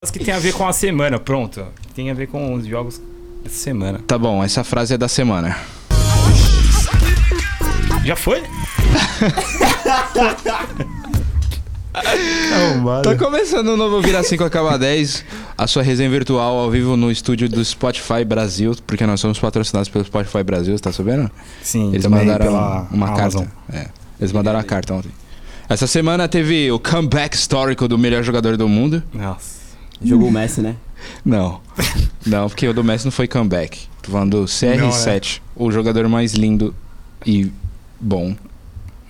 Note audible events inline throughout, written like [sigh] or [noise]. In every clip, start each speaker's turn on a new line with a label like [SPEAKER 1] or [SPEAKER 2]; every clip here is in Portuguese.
[SPEAKER 1] As que tem a ver com a semana, pronto. Tem a ver com os jogos dessa semana.
[SPEAKER 2] Tá bom, essa frase é da semana.
[SPEAKER 1] Já foi?
[SPEAKER 2] Tá começando um novo Vira 5 Acaba 10, a sua resenha virtual ao vivo no estúdio do Spotify Brasil, porque nós somos patrocinados pelo Spotify Brasil, você tá sabendo?
[SPEAKER 1] Sim,
[SPEAKER 2] Eles
[SPEAKER 1] também
[SPEAKER 2] mandaram
[SPEAKER 1] pela
[SPEAKER 2] uma
[SPEAKER 1] Amazon.
[SPEAKER 2] carta. É, eles mandaram a carta ontem. Essa semana teve o comeback histórico do melhor jogador do mundo.
[SPEAKER 1] Nossa.
[SPEAKER 3] Jogou o Messi, né?
[SPEAKER 1] [laughs]
[SPEAKER 2] Não. Não, porque o do Messi não foi comeback. Tô falando do CR7,
[SPEAKER 1] né?
[SPEAKER 2] o jogador mais lindo e bom.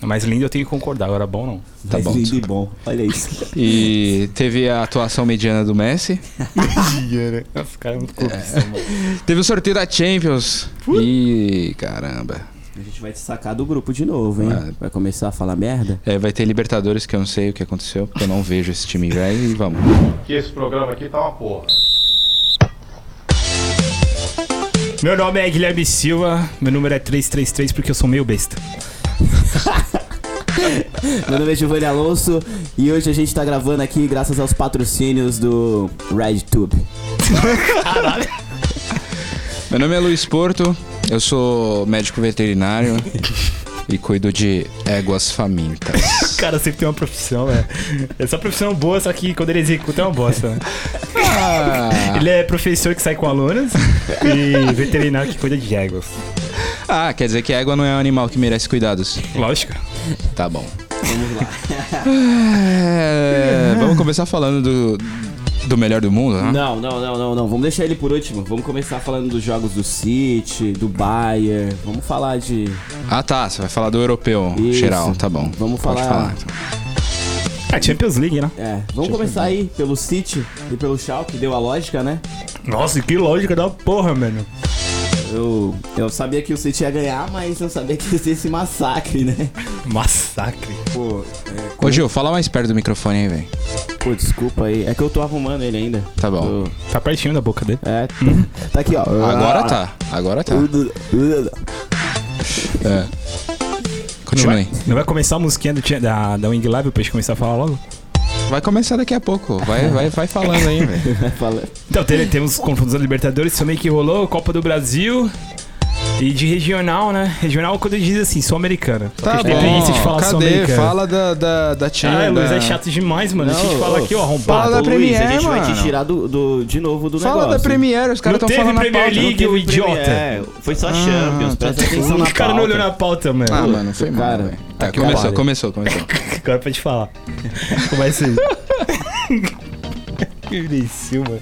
[SPEAKER 1] Mas lindo eu tenho que concordar, agora é bom não.
[SPEAKER 2] Tá
[SPEAKER 3] Mas
[SPEAKER 2] bom.
[SPEAKER 3] lindo e bom. Olha isso. [laughs]
[SPEAKER 2] E teve a atuação mediana do Messi.
[SPEAKER 1] Nossa, o cara é muito corrupção, mano.
[SPEAKER 2] Teve o sorteio da Champions. Ih, caramba.
[SPEAKER 3] A gente vai te sacar do grupo de novo, hein?
[SPEAKER 2] Ah.
[SPEAKER 3] Vai começar a falar merda?
[SPEAKER 2] É, vai ter Libertadores que eu não sei o que aconteceu, porque eu não vejo esse time velho e vamos.
[SPEAKER 4] que esse programa aqui tá uma porra.
[SPEAKER 1] Meu nome é Guilherme Silva, meu número é 333 porque eu sou meio besta.
[SPEAKER 3] Meu nome é Giovanni Alonso e hoje a gente tá gravando aqui graças aos patrocínios do RedTube.
[SPEAKER 2] Meu nome é Luiz Porto, eu sou médico veterinário e cuido de éguas famintas.
[SPEAKER 1] Cara, sempre tem uma profissão, velho. Essa profissão é boa, só que quando ele executa é uma bosta. né?
[SPEAKER 2] Ah,
[SPEAKER 1] Ele é professor que sai com
[SPEAKER 2] [laughs]
[SPEAKER 1] alunos e veterinário que cuida de jegos.
[SPEAKER 2] ah, quer dizer que égua não é um animal que merece cuidados.
[SPEAKER 1] Lógico.
[SPEAKER 2] Tá bom. É, vamos começar falando do, do melhor do mundo, né?
[SPEAKER 3] Não, não, não, não, não. Vamos deixar ele por último. Vamos começar falando dos jogos do City, do Bayern. Vamos falar de.
[SPEAKER 2] Ah, tá, você vai falar do europeu
[SPEAKER 3] Isso.
[SPEAKER 2] geral, tá bom.
[SPEAKER 3] Vamos
[SPEAKER 2] Pode
[SPEAKER 3] falar-
[SPEAKER 2] então.
[SPEAKER 1] É Champions League, né?
[SPEAKER 3] É, vamos começar aí pelo City e pelo Schalke, deu a lógica, né?
[SPEAKER 1] Nossa, que lógica da porra, mano.
[SPEAKER 3] Eu, eu sabia que o City ia ganhar, mas eu sabia que ia ser esse massacre, né?
[SPEAKER 1] Massacre.
[SPEAKER 3] Pô, é,
[SPEAKER 2] Ô Gil, fala mais perto do microfone aí, velho.
[SPEAKER 3] Pô, desculpa aí. É que eu tô arrumando ele ainda.
[SPEAKER 2] Tá bom.
[SPEAKER 3] Tô-
[SPEAKER 1] Tá pertinho da boca dele.
[SPEAKER 3] É. [laughs] Tá aqui, ó.
[SPEAKER 2] Agora tá, agora tá. É.
[SPEAKER 1] Não
[SPEAKER 2] Continue.
[SPEAKER 1] vai, não vai começar a musiquinha do, Tia- da, da Wing Lab pra gente começar a falar logo?
[SPEAKER 2] Vai começar daqui a pouco. Vai, vai, vai falando
[SPEAKER 1] [laughs]
[SPEAKER 2] aí, velho.
[SPEAKER 3] [laughs] Fala.
[SPEAKER 1] Então, te- temos confrontos da Libertadores também que rolou, Copa do Brasil. E de regional, né? Regional, quando diz assim, sou americana. Só que a gente tem preguiça de falar
[SPEAKER 2] Tá Cadê?
[SPEAKER 1] sul-americana.
[SPEAKER 2] Fala da, da, da tia.
[SPEAKER 1] Ah, Luiz,
[SPEAKER 2] da-
[SPEAKER 1] é chato demais, mano. Deixa eu te
[SPEAKER 3] Não,
[SPEAKER 1] falar
[SPEAKER 3] ô,
[SPEAKER 1] aqui, ó,
[SPEAKER 2] fala
[SPEAKER 1] arrombado.
[SPEAKER 2] da
[SPEAKER 3] Ô, Luiz, a gente
[SPEAKER 2] Premier,
[SPEAKER 3] vai te
[SPEAKER 2] mano.
[SPEAKER 3] tirar do, do- de novo do
[SPEAKER 2] Fala
[SPEAKER 3] negócio.
[SPEAKER 2] da Premier, os caras
[SPEAKER 1] Não
[SPEAKER 2] tão
[SPEAKER 1] teve
[SPEAKER 2] falando na
[SPEAKER 1] Premier
[SPEAKER 2] pauta.
[SPEAKER 3] Não
[SPEAKER 1] League.
[SPEAKER 3] teve
[SPEAKER 1] o
[SPEAKER 3] Premier,
[SPEAKER 1] idiota. Ah, tá.
[SPEAKER 3] É, foi só Champions, presta atenção na
[SPEAKER 1] O cara não
[SPEAKER 3] pauta.
[SPEAKER 1] olhou na pauta, mano.
[SPEAKER 2] Ah, mano, foi mal,
[SPEAKER 3] Cara,
[SPEAKER 2] velho. Tá,
[SPEAKER 1] acabado.
[SPEAKER 2] começou, começou, começou.
[SPEAKER 1] Agora é pra te
[SPEAKER 2] [laughs]
[SPEAKER 1] falar. Começa aí. Imbecil, mano.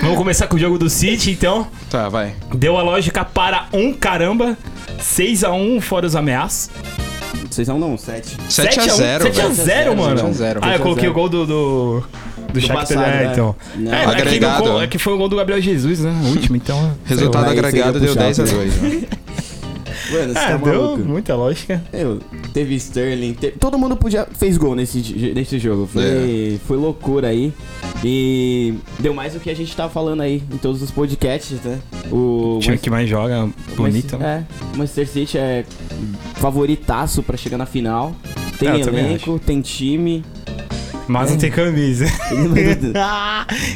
[SPEAKER 1] Vamos começar com o jogo do City, então.
[SPEAKER 2] tá, vai.
[SPEAKER 1] Deu a lógica para um caramba. 6x1 fora os ameaços.
[SPEAKER 3] Vocês são não, 7.
[SPEAKER 1] um,
[SPEAKER 2] 7x0,
[SPEAKER 1] 7x0, mano.
[SPEAKER 2] 7x0.
[SPEAKER 1] Ah, eu coloquei o gol do. Do, do Shakhtar,
[SPEAKER 3] passado,
[SPEAKER 1] né,
[SPEAKER 3] né?
[SPEAKER 1] então.
[SPEAKER 3] Não.
[SPEAKER 1] É, é, que no
[SPEAKER 2] Agregado.
[SPEAKER 1] gol- é que foi o gol do Gabriel Jesus, né? O último, então.
[SPEAKER 2] Resultado
[SPEAKER 3] Sei lá,
[SPEAKER 2] agregado
[SPEAKER 3] isso
[SPEAKER 2] deu
[SPEAKER 3] aí
[SPEAKER 2] 10 a
[SPEAKER 3] eu
[SPEAKER 2] 2.
[SPEAKER 3] Mano, você
[SPEAKER 1] Ah,
[SPEAKER 3] tá
[SPEAKER 1] deu
[SPEAKER 3] maluco.
[SPEAKER 1] muita lógica.
[SPEAKER 3] Eu, teve Sterling, te- todo mundo podia fez gol nesse, di- nesse jogo. Foi, foi loucura aí. E deu mais do que a gente tá falando aí em todos os podcasts, né?
[SPEAKER 1] O
[SPEAKER 3] O
[SPEAKER 1] time que mais joga, bonito, né?
[SPEAKER 3] né? É, o Manchester City é favoritaço pra chegar na final. Tem
[SPEAKER 1] É, eu também
[SPEAKER 3] elenco, tem time. [laughs]
[SPEAKER 1] Mas não tem camisa. [laughs]
[SPEAKER 3] Ele-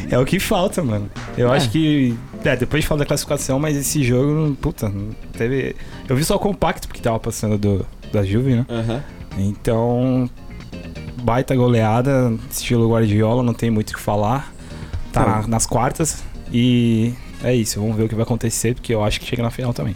[SPEAKER 1] É o que falta, mano. Eu acho que. É, depois fala da classificação, mas esse jogo, não- puta, não teve. Eu vi só o compacto porque tava passando do, da Juve, né?
[SPEAKER 3] Aham.
[SPEAKER 1] Então. Baita goleada, estilo Guardiola, não tem muito o que falar. Tá na- nas quartas. E é isso, vamos ver o que vai acontecer, porque eu acho que chega na final também.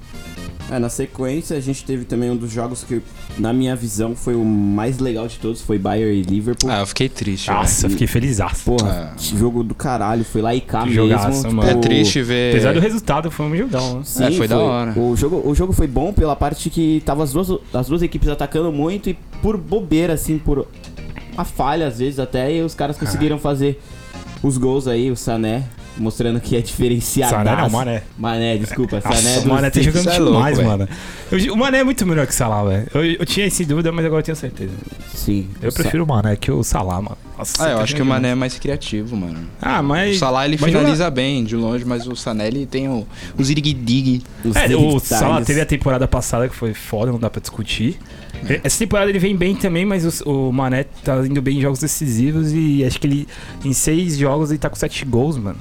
[SPEAKER 3] É, na sequência, a gente teve também um dos jogos que, na minha visão, foi o mais legal de todos. Foi Bayern e Liverpool.
[SPEAKER 2] Ah, eu fiquei triste. velho.
[SPEAKER 1] Nossa, eu fiquei feliz.
[SPEAKER 3] Porra,
[SPEAKER 2] Ah.
[SPEAKER 3] que jogo do caralho. Foi lá e cá
[SPEAKER 1] é. Que
[SPEAKER 3] mesmo. tipo,
[SPEAKER 1] jogaço, mano.
[SPEAKER 2] É triste
[SPEAKER 1] Apesar do
[SPEAKER 2] ver.
[SPEAKER 1] resultado, foi um jogão, né?
[SPEAKER 3] Sim,
[SPEAKER 2] É, foi da hora.
[SPEAKER 3] O jogo, o jogo foi bom pela parte que tava as duas, as duas equipes atacando muito e por bobeira, assim, por uma falha às vezes até, e os
[SPEAKER 1] É.
[SPEAKER 3] caras conseguiram fazer os gols aí, o Sané, mostrando que é diferenciado.
[SPEAKER 1] Sané não, Mané.
[SPEAKER 3] Mané, desculpa, Sané
[SPEAKER 1] Nossa,
[SPEAKER 3] do
[SPEAKER 1] o Mané tá
[SPEAKER 3] City.
[SPEAKER 1] jogando
[SPEAKER 2] Isso é louco,
[SPEAKER 1] demais,
[SPEAKER 2] velho.
[SPEAKER 1] mano. Eu- o Mané é muito melhor que o Salah, velho. Eu, eu tinha essa dúvida, mas agora eu tenho certeza.
[SPEAKER 3] Sim.
[SPEAKER 1] Eu
[SPEAKER 3] Sa-
[SPEAKER 1] prefiro o Mané que o Salah, mano. Nossa, tá
[SPEAKER 2] Ah, eu acho que o Mané é
[SPEAKER 1] grande.
[SPEAKER 2] mais criativo, mano.
[SPEAKER 1] Ah,
[SPEAKER 2] O
[SPEAKER 1] mas.
[SPEAKER 2] Salah ele
[SPEAKER 1] né, mas
[SPEAKER 2] finaliza bem de longe, mas o Sané ele tem o, o ziriguidig.
[SPEAKER 3] Os
[SPEAKER 1] É, o
[SPEAKER 3] Zigtags.
[SPEAKER 1] Salah teve a temporada passada que foi foda, não dá pra discutir.
[SPEAKER 3] É.
[SPEAKER 1] E- Essa temporada ele vem bem também, mas o, o Mané tá indo bem em jogos decisivos e acho que ele, em seis jogos, ele tá com sete gols, mano.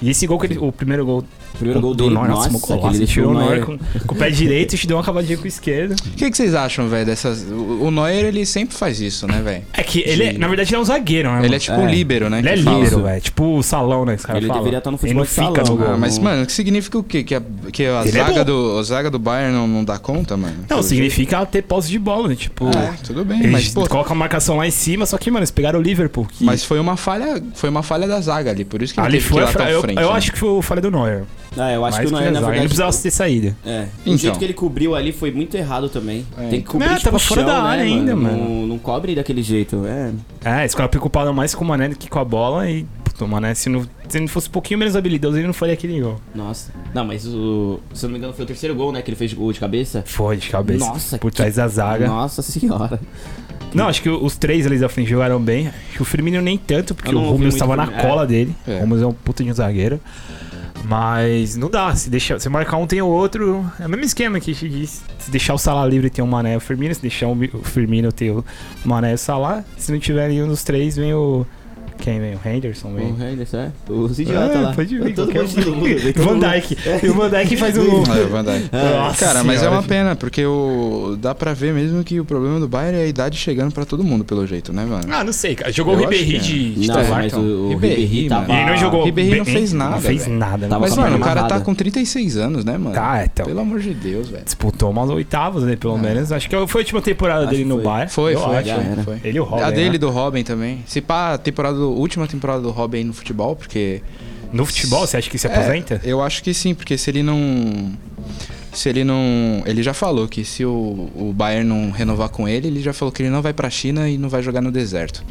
[SPEAKER 1] E esse gol que ele. O primeiro gol
[SPEAKER 3] Primeiro gol
[SPEAKER 1] do
[SPEAKER 3] dele,
[SPEAKER 1] Neuer,
[SPEAKER 3] nossa,
[SPEAKER 1] nossa,
[SPEAKER 3] nossa
[SPEAKER 1] golaço,
[SPEAKER 3] aquele é.
[SPEAKER 1] ele
[SPEAKER 3] tirou
[SPEAKER 1] tirou o
[SPEAKER 3] o
[SPEAKER 1] Neuer
[SPEAKER 3] Neuer.
[SPEAKER 1] com, com o pé direito e te deu uma cavadinha com o esquerdo.
[SPEAKER 2] O que, que vocês acham, velho, dessas. O o Neuer ele sempre faz isso, né, velho?
[SPEAKER 1] É que ele, é,
[SPEAKER 2] Sim.
[SPEAKER 1] na verdade, ele é um zagueiro, né?
[SPEAKER 2] Ele
[SPEAKER 1] mano?
[SPEAKER 2] é tipo um
[SPEAKER 3] É.
[SPEAKER 2] líbero, né?
[SPEAKER 1] Ele é
[SPEAKER 2] que fala.
[SPEAKER 1] líbero, velho. Tipo o salão, né? que os caras
[SPEAKER 3] Ele
[SPEAKER 1] falam.
[SPEAKER 3] deveria estar no
[SPEAKER 1] Ele
[SPEAKER 3] futebol
[SPEAKER 1] não
[SPEAKER 3] de
[SPEAKER 1] fica
[SPEAKER 3] salão,
[SPEAKER 1] no gol.
[SPEAKER 2] Ah, mas,
[SPEAKER 3] Não-
[SPEAKER 2] mano, que significa o quê? Que a, que a
[SPEAKER 1] Ele é bom.
[SPEAKER 2] zaga do, a zaga do Bayern não, não dá conta, mano?
[SPEAKER 1] Não, significa ter posse de bola, né? Tipo,
[SPEAKER 3] É.
[SPEAKER 2] Ah, tudo bem,
[SPEAKER 1] eles
[SPEAKER 2] mas, pô,
[SPEAKER 1] colocam a marcação lá em cima, só que, mano, eles pegaram o Liverpool. Que
[SPEAKER 2] mas foi uma falha, foi uma falha da zaga ali, por isso que ele
[SPEAKER 1] ali
[SPEAKER 2] teve que
[SPEAKER 1] foi
[SPEAKER 2] ir
[SPEAKER 1] a
[SPEAKER 2] lá
[SPEAKER 1] fra...
[SPEAKER 2] tão
[SPEAKER 1] eu,
[SPEAKER 2] frente.
[SPEAKER 1] eu
[SPEAKER 2] né?
[SPEAKER 1] acho que foi o falha do Neuer.
[SPEAKER 3] Ah, eu acho
[SPEAKER 1] Mas
[SPEAKER 3] que o Neuer,
[SPEAKER 1] que
[SPEAKER 3] na
[SPEAKER 1] azar,
[SPEAKER 3] verdade...
[SPEAKER 1] Ele não precisava ter saída.
[SPEAKER 3] É, o
[SPEAKER 2] Então.
[SPEAKER 3] jeito que ele cobriu ali foi muito errado também.
[SPEAKER 2] É.
[SPEAKER 3] Tem que cobrir,
[SPEAKER 1] Não,
[SPEAKER 3] tipo,
[SPEAKER 1] tava
[SPEAKER 3] o
[SPEAKER 1] fora
[SPEAKER 3] chão,
[SPEAKER 1] da
[SPEAKER 3] né,
[SPEAKER 1] área ainda,
[SPEAKER 3] Não,
[SPEAKER 1] mano.
[SPEAKER 3] não cobre daquele jeito, é.
[SPEAKER 1] É, eles ficaram preocupados mais com o Mané do que com a bola e... Puta, o Mané, se, não, se ele fosse um pouquinho menos habilidoso, ele não faria aquele gol.
[SPEAKER 3] Nossa. Não, mas o... Se eu não me engano foi o terceiro gol, né, que ele fez gol de cabeça.
[SPEAKER 1] Foi, de cabeça.
[SPEAKER 3] Nossa,
[SPEAKER 1] por
[SPEAKER 3] que-
[SPEAKER 1] trás da zaga.
[SPEAKER 3] Nossa senhora.
[SPEAKER 1] Não, acho que os três ali da frente jogaram bem. Acho que o Firmino nem tanto, porque
[SPEAKER 3] Eu não
[SPEAKER 1] o
[SPEAKER 3] ouvi
[SPEAKER 1] Rúmeus
[SPEAKER 3] muito
[SPEAKER 1] estava na
[SPEAKER 3] Firmino,
[SPEAKER 1] cola dele.
[SPEAKER 2] É.
[SPEAKER 1] O Rúmeus é um puta de um zagueiro. Mas não dá, se deixar, se marcar um tem o outro, é o mesmo esquema que a gente disse. Se deixar o Salah livre tem o Mané e o Firmino, se deixar o Mi- o Firmino tem o Mané e o Salah, se não tiver nenhum dos três, vem o... Quem vem? O Henderson
[SPEAKER 3] O
[SPEAKER 1] vem?
[SPEAKER 3] Henderson, é? Os idiotas
[SPEAKER 1] É,
[SPEAKER 3] lá.
[SPEAKER 1] pode vir,
[SPEAKER 3] todo
[SPEAKER 1] qualquer um.
[SPEAKER 3] mundo, todo mundo. vem todo
[SPEAKER 1] Van
[SPEAKER 3] mundo. É.
[SPEAKER 1] Dijk. E o Van Dijk faz o gol.
[SPEAKER 2] É, Van Dijk.
[SPEAKER 1] [laughs] Nossa
[SPEAKER 2] Cara, mas é
[SPEAKER 1] senhora.
[SPEAKER 2] uma pena, porque o, dá pra ver mesmo que o problema do Bayern é a idade chegando pra todo mundo, pelo jejeito, né, mano?
[SPEAKER 1] Ah, não sei, cara. Jogou o
[SPEAKER 2] Eu acho que
[SPEAKER 1] Ribéry
[SPEAKER 2] é.
[SPEAKER 1] de de
[SPEAKER 3] Não,
[SPEAKER 1] titular,
[SPEAKER 3] mas
[SPEAKER 1] então.
[SPEAKER 3] o, o
[SPEAKER 2] Ribéry,
[SPEAKER 3] Ribéry
[SPEAKER 2] mano.
[SPEAKER 3] tava...
[SPEAKER 1] E ele não jogou.
[SPEAKER 2] Ribéry não
[SPEAKER 1] bem-
[SPEAKER 2] fez
[SPEAKER 1] Não
[SPEAKER 2] nada,
[SPEAKER 1] fez
[SPEAKER 2] velho.
[SPEAKER 1] nada. né?
[SPEAKER 3] Tava
[SPEAKER 1] não
[SPEAKER 2] Mas,
[SPEAKER 1] fez
[SPEAKER 3] com a
[SPEAKER 2] mano,
[SPEAKER 1] nada.
[SPEAKER 2] o cara tá
[SPEAKER 3] amarrada.
[SPEAKER 2] com 36 anos, né, mano?
[SPEAKER 1] Tá, então.
[SPEAKER 2] Pelo amor de Deus, velho.
[SPEAKER 1] Disputou umas oitavas, né, pelo menos. Acho que foi a última temporada
[SPEAKER 3] Acho
[SPEAKER 1] dele
[SPEAKER 3] que
[SPEAKER 1] no
[SPEAKER 3] foi.
[SPEAKER 1] Bayern.
[SPEAKER 2] É. Foi,
[SPEAKER 1] eu
[SPEAKER 2] foi,
[SPEAKER 1] acho.
[SPEAKER 3] já
[SPEAKER 2] foi,
[SPEAKER 3] era.
[SPEAKER 2] foi.
[SPEAKER 1] Ele e o Robin.
[SPEAKER 2] a dele
[SPEAKER 1] né?
[SPEAKER 2] e do Robin também. Se pá, a temporada do- última temporada do Robin no futebol, porque.
[SPEAKER 1] No futebol, você acha que se
[SPEAKER 2] É,
[SPEAKER 1] aposenta?
[SPEAKER 2] eu acho que sim, porque se ele não. Se ele não. Ele já falou que se o, o Bayern não renovar com ele, ele já falou que ele não vai pra China e não vai jogar no deserto.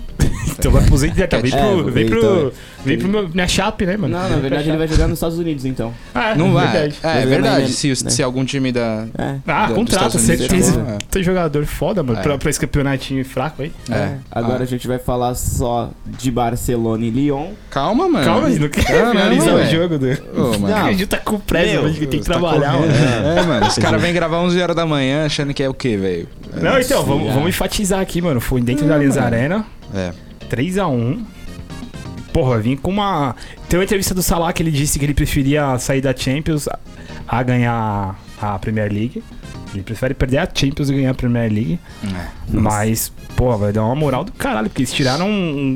[SPEAKER 1] Então vai aposentar
[SPEAKER 2] [laughs]
[SPEAKER 1] diretamente
[SPEAKER 3] É,
[SPEAKER 1] pro. Vem
[SPEAKER 3] então,
[SPEAKER 1] pro.
[SPEAKER 3] é.
[SPEAKER 1] Vem pro meu- minha chape, né, mano?
[SPEAKER 3] Não, na verdade ele vai jogar nos Estados Unidos, então.
[SPEAKER 1] Ah,
[SPEAKER 2] Não vai.
[SPEAKER 1] verdade.
[SPEAKER 2] É,
[SPEAKER 3] Mas
[SPEAKER 2] é
[SPEAKER 3] ele
[SPEAKER 2] verdade.
[SPEAKER 3] vai-
[SPEAKER 2] Se, os-
[SPEAKER 3] né?
[SPEAKER 2] se algum time da.
[SPEAKER 3] É.
[SPEAKER 1] Ah,
[SPEAKER 2] Do- dos
[SPEAKER 1] contrata,
[SPEAKER 2] Estados Unidos,
[SPEAKER 1] certeza.
[SPEAKER 2] ele vai.
[SPEAKER 1] Tem jogador foda, mano,
[SPEAKER 2] É.
[SPEAKER 1] pra, pra esse campeonatinho fraco aí.
[SPEAKER 2] É.
[SPEAKER 3] Agora
[SPEAKER 2] Ah,
[SPEAKER 3] a gente vai falar só de Barcelona e Lyon.
[SPEAKER 2] Ah, Calma, mano.
[SPEAKER 1] Calma, a gente não quer
[SPEAKER 2] Caramba,
[SPEAKER 1] finalizar o
[SPEAKER 2] velho.
[SPEAKER 1] jogo do.
[SPEAKER 2] Ô, mano.
[SPEAKER 1] Não, a gente tá com pressa,
[SPEAKER 3] Meu,
[SPEAKER 1] mas a gente tem que
[SPEAKER 2] Tá
[SPEAKER 1] trabalhar,
[SPEAKER 2] correndo.
[SPEAKER 1] mano.
[SPEAKER 2] É, mano. Os caras vêm gravar 11 horas da manhã achando que é o quê, velho?
[SPEAKER 1] Não, então, vamos,
[SPEAKER 3] já.
[SPEAKER 1] vamos enfatizar aqui, mano. Foi dentro da Liz Arena.
[SPEAKER 2] É.
[SPEAKER 1] 3x1. Porra, vim com uma. Tem uma entrevista do Salah que ele disse que ele preferia sair da Champions a- a ganhar a Premier League. Ele prefere perder a Champions e ganhar a Premier League.
[SPEAKER 3] É,
[SPEAKER 1] Mas, porra, vai dar uma moral do caralho, porque eles tiraram um,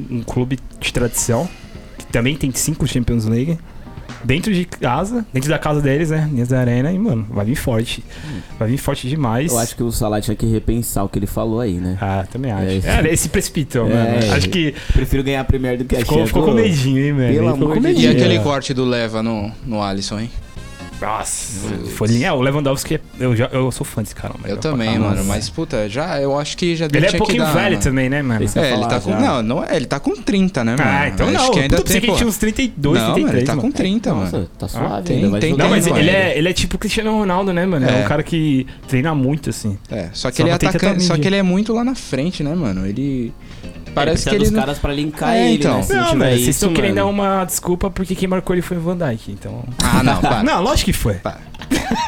[SPEAKER 1] um- um clube de tradição, que também tem cinco Champions League, dentro de casa, dentro da casa deles, né? Nessa arena, e, mano, vai vir forte. Vai vir forte demais.
[SPEAKER 3] Hum. Eu acho que o Salah tinha que repensar o que ele falou aí, né?
[SPEAKER 1] Ah, também acho.
[SPEAKER 3] É isso.
[SPEAKER 1] É, ele se precipitou, mano.
[SPEAKER 3] É.
[SPEAKER 1] Acho que
[SPEAKER 3] Prefiro ganhar primeiro é do que a
[SPEAKER 1] Ah. ficou,
[SPEAKER 3] Champions.
[SPEAKER 1] ficou com medinho, hein, velho?
[SPEAKER 3] Pelo
[SPEAKER 1] Ele ficou
[SPEAKER 3] amor
[SPEAKER 1] com
[SPEAKER 3] de
[SPEAKER 2] E
[SPEAKER 1] medinho.
[SPEAKER 3] Deus.
[SPEAKER 2] aquele corte do Leva no, no Alisson, hein?
[SPEAKER 1] Nossa,
[SPEAKER 2] Putz.
[SPEAKER 1] folhinha. É, o Lewandowski, é- eu, já, eu sou fã desse cara, mano.
[SPEAKER 2] Eu também,
[SPEAKER 1] Nossa.
[SPEAKER 2] mano. Mas, puta, já, eu acho que já
[SPEAKER 1] Ele é
[SPEAKER 2] tinha que
[SPEAKER 1] pouquinho
[SPEAKER 2] dar,
[SPEAKER 1] velho
[SPEAKER 2] mano.
[SPEAKER 1] também, né, mano?
[SPEAKER 3] Esse
[SPEAKER 2] É, ele
[SPEAKER 3] Falar
[SPEAKER 2] tá com.
[SPEAKER 3] já.
[SPEAKER 2] Não, não é, ele tá com 30, né, mano?
[SPEAKER 1] Ah, então
[SPEAKER 2] Acho
[SPEAKER 1] não.
[SPEAKER 2] que
[SPEAKER 1] eu
[SPEAKER 2] ainda
[SPEAKER 1] pensei
[SPEAKER 2] tem.
[SPEAKER 1] que ele
[SPEAKER 2] porra.
[SPEAKER 1] tinha uns 32,
[SPEAKER 2] não, mano,
[SPEAKER 1] 33,
[SPEAKER 2] ele tá
[SPEAKER 1] mano. Ah,
[SPEAKER 2] com 30, mano.
[SPEAKER 3] Nossa, tá suave.
[SPEAKER 2] tem-
[SPEAKER 3] ainda vai
[SPEAKER 2] tem-
[SPEAKER 3] jogar,
[SPEAKER 1] Não, mas
[SPEAKER 2] Tem,
[SPEAKER 1] ele
[SPEAKER 2] mano.
[SPEAKER 1] é, ele é tipo o Cristiano Ronaldo, né, mano? É.
[SPEAKER 2] É.
[SPEAKER 1] um cara que treina muito, assim.
[SPEAKER 2] É, só que
[SPEAKER 1] Só
[SPEAKER 2] ele é
[SPEAKER 1] não tem
[SPEAKER 2] atacante. Só
[SPEAKER 1] tetramide.
[SPEAKER 2] que ele é muito lá na frente, né, mano? Ele. Parece que ele.
[SPEAKER 3] dos
[SPEAKER 2] não-
[SPEAKER 3] caras pra linkar
[SPEAKER 2] É,
[SPEAKER 3] ele,
[SPEAKER 2] então.
[SPEAKER 3] né? Se
[SPEAKER 1] não,
[SPEAKER 3] tiver
[SPEAKER 1] velho,
[SPEAKER 3] isso,
[SPEAKER 1] vocês estão
[SPEAKER 3] mano.
[SPEAKER 1] querendo dar um uma desculpa porque quem marcou ele foi o Van Dijk, então...
[SPEAKER 2] Ah, não, para.
[SPEAKER 1] [laughs] Não, lógico que
[SPEAKER 2] Tá.
[SPEAKER 1] foi.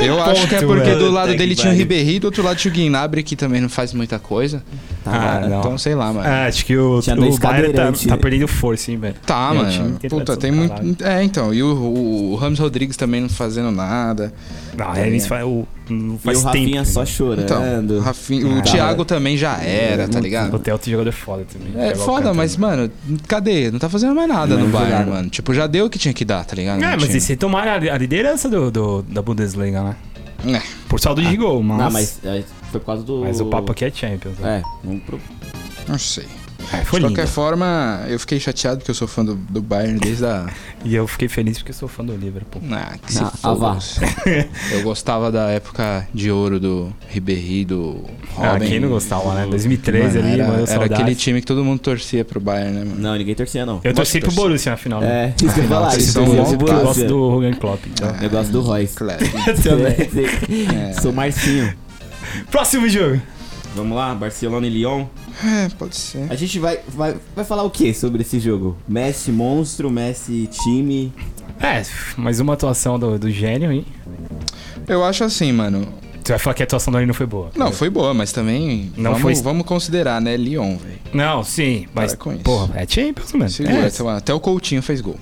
[SPEAKER 2] Eu acho que é porque
[SPEAKER 1] velho.
[SPEAKER 2] do lado
[SPEAKER 3] Puta
[SPEAKER 2] dele
[SPEAKER 3] que
[SPEAKER 2] tinha o
[SPEAKER 3] pariu.
[SPEAKER 2] Ribéry, do outro lado tinha o Guinabre, que também não faz muita coisa.
[SPEAKER 1] Ah, não.
[SPEAKER 2] Então, sei lá, mano.
[SPEAKER 1] Ah, acho que o,
[SPEAKER 3] Tinha dois
[SPEAKER 1] o Bayern tá,
[SPEAKER 3] cadeirantes.
[SPEAKER 1] tá perdendo força, hein, velho.
[SPEAKER 2] Tá,
[SPEAKER 1] É, o time
[SPEAKER 2] mano.
[SPEAKER 1] inteiro
[SPEAKER 2] Puta,
[SPEAKER 1] tá
[SPEAKER 2] tem
[SPEAKER 1] descalado.
[SPEAKER 2] muito. É, então. E o, o, o Ramos Rodrigues também não fazendo nada.
[SPEAKER 1] Não, é, isso faz, o, não
[SPEAKER 3] Tá E o
[SPEAKER 1] faz tempo.
[SPEAKER 3] Rafinha só
[SPEAKER 1] né?
[SPEAKER 3] chorando.
[SPEAKER 2] Então, Rafinha- o
[SPEAKER 1] Ah.
[SPEAKER 2] Thiago também já era, tá
[SPEAKER 1] O
[SPEAKER 2] ligado?
[SPEAKER 1] Theo outro jogador foda também.
[SPEAKER 2] É foda, mas, mano, cadê? Não tá fazendo mais nada
[SPEAKER 3] Não
[SPEAKER 2] no
[SPEAKER 3] é
[SPEAKER 2] Bayern,
[SPEAKER 3] jogado.
[SPEAKER 2] mano. Tipo, já deu o que tinha que dar, tá ligado?
[SPEAKER 1] É,
[SPEAKER 2] No
[SPEAKER 1] mas
[SPEAKER 2] time.
[SPEAKER 1] eles retomaram a, a liderança do, do- da Bundesliga, né?
[SPEAKER 2] É,
[SPEAKER 1] Por saldo de gol, mas.
[SPEAKER 3] Não, mas é, foi por causa do...
[SPEAKER 1] mas o papo aqui é Champions. né?
[SPEAKER 3] É, vamos pro...
[SPEAKER 2] não sei.
[SPEAKER 1] É, foi
[SPEAKER 2] De
[SPEAKER 1] lindo.
[SPEAKER 2] qualquer forma, eu fiquei chateado porque eu sou fã do, do Bayern desde a.
[SPEAKER 1] E eu fiquei feliz porque eu sou fã do Liverpool.
[SPEAKER 2] Ah, que se
[SPEAKER 3] Ah,
[SPEAKER 2] foda.
[SPEAKER 3] ah, vá.
[SPEAKER 2] Eu gostava da época de ouro do Ribéry, do Robin.
[SPEAKER 1] Ah, quem não gostava, né? 2013
[SPEAKER 2] Mano,
[SPEAKER 1] ali,
[SPEAKER 2] era,
[SPEAKER 1] mano, eu
[SPEAKER 2] era
[SPEAKER 1] saudade.
[SPEAKER 2] aquele time que todo mundo torcia pro Bayern, né, mano?
[SPEAKER 3] Não, ninguém torcia, não.
[SPEAKER 1] Eu torci pro
[SPEAKER 2] torcer.
[SPEAKER 1] Borussia na final. né?
[SPEAKER 3] É, isso que eu ia falar.
[SPEAKER 2] vocês
[SPEAKER 3] isso
[SPEAKER 2] são
[SPEAKER 3] eu
[SPEAKER 2] maus,
[SPEAKER 3] torcia
[SPEAKER 1] Eu
[SPEAKER 3] pro
[SPEAKER 2] cara.
[SPEAKER 1] gosto
[SPEAKER 3] Borussia.
[SPEAKER 1] do Rogan Klopp,
[SPEAKER 2] É.
[SPEAKER 1] então.
[SPEAKER 3] Eu gosto
[SPEAKER 1] [laughs]
[SPEAKER 3] do Royce.
[SPEAKER 2] Claro.
[SPEAKER 3] [laughs]
[SPEAKER 1] Eu também.
[SPEAKER 3] Sou Marcinho.
[SPEAKER 1] Próximo jogo.
[SPEAKER 3] Vamos lá, Barcelona e Lyon.
[SPEAKER 2] É, pode ser.
[SPEAKER 3] A gente vai, vai, vai falar o que sobre esse jogo? Messi monstro, Messi time.
[SPEAKER 1] É, mais uma atuação do, do gênio, hein?
[SPEAKER 2] Eu acho assim, mano.
[SPEAKER 1] Você vai falar que a atuação dele não foi boa.
[SPEAKER 2] Não, foi boa, mas também.
[SPEAKER 1] Não
[SPEAKER 2] vamos,
[SPEAKER 1] foi-
[SPEAKER 2] vamos considerar, né? Lyon, velho.
[SPEAKER 1] Não, sim, mas.
[SPEAKER 2] Para com isso.
[SPEAKER 1] Porra, é Champions, mano.
[SPEAKER 2] Segura,
[SPEAKER 1] É.
[SPEAKER 2] sei lá, até o Coutinho fez gol.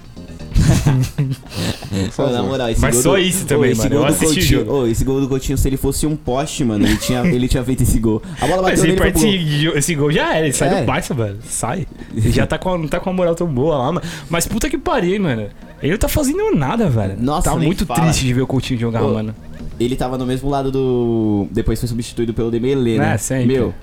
[SPEAKER 2] Por
[SPEAKER 3] Pô, na
[SPEAKER 2] favor.
[SPEAKER 3] moral, esse
[SPEAKER 1] Mas
[SPEAKER 3] gol
[SPEAKER 1] só
[SPEAKER 3] do-
[SPEAKER 1] isso também,
[SPEAKER 3] esse
[SPEAKER 1] mano. Eu
[SPEAKER 3] gol do
[SPEAKER 1] assisti o
[SPEAKER 3] Coutinho-
[SPEAKER 1] jogo.
[SPEAKER 3] Ô, esse gol do Coutinho, se ele fosse um poste, mano, ele tinha, ele tinha feito esse gol. A bola
[SPEAKER 1] Mas
[SPEAKER 3] bateu
[SPEAKER 1] ele
[SPEAKER 3] nele e foi pro
[SPEAKER 1] parte,
[SPEAKER 3] gol.
[SPEAKER 1] esse, gol- esse gol já era, ele sai
[SPEAKER 3] É.
[SPEAKER 1] do Barça, mano.
[SPEAKER 3] [laughs]
[SPEAKER 1] Sai. Ele já tá com, a- não tá com uma moral tão boa lá, mano. Mas puta que pariu, hein, mano. Ele não tá fazendo nada, velho.
[SPEAKER 3] Nossa,
[SPEAKER 1] tá
[SPEAKER 3] nem
[SPEAKER 1] muito
[SPEAKER 3] fala.
[SPEAKER 1] triste de ver o Coutinho jogar,
[SPEAKER 3] Ô,
[SPEAKER 1] mano.
[SPEAKER 3] Ele tava no mesmo lado do... Depois foi substituído pelo Dembélé, né?
[SPEAKER 1] É, sempre.
[SPEAKER 3] Meu,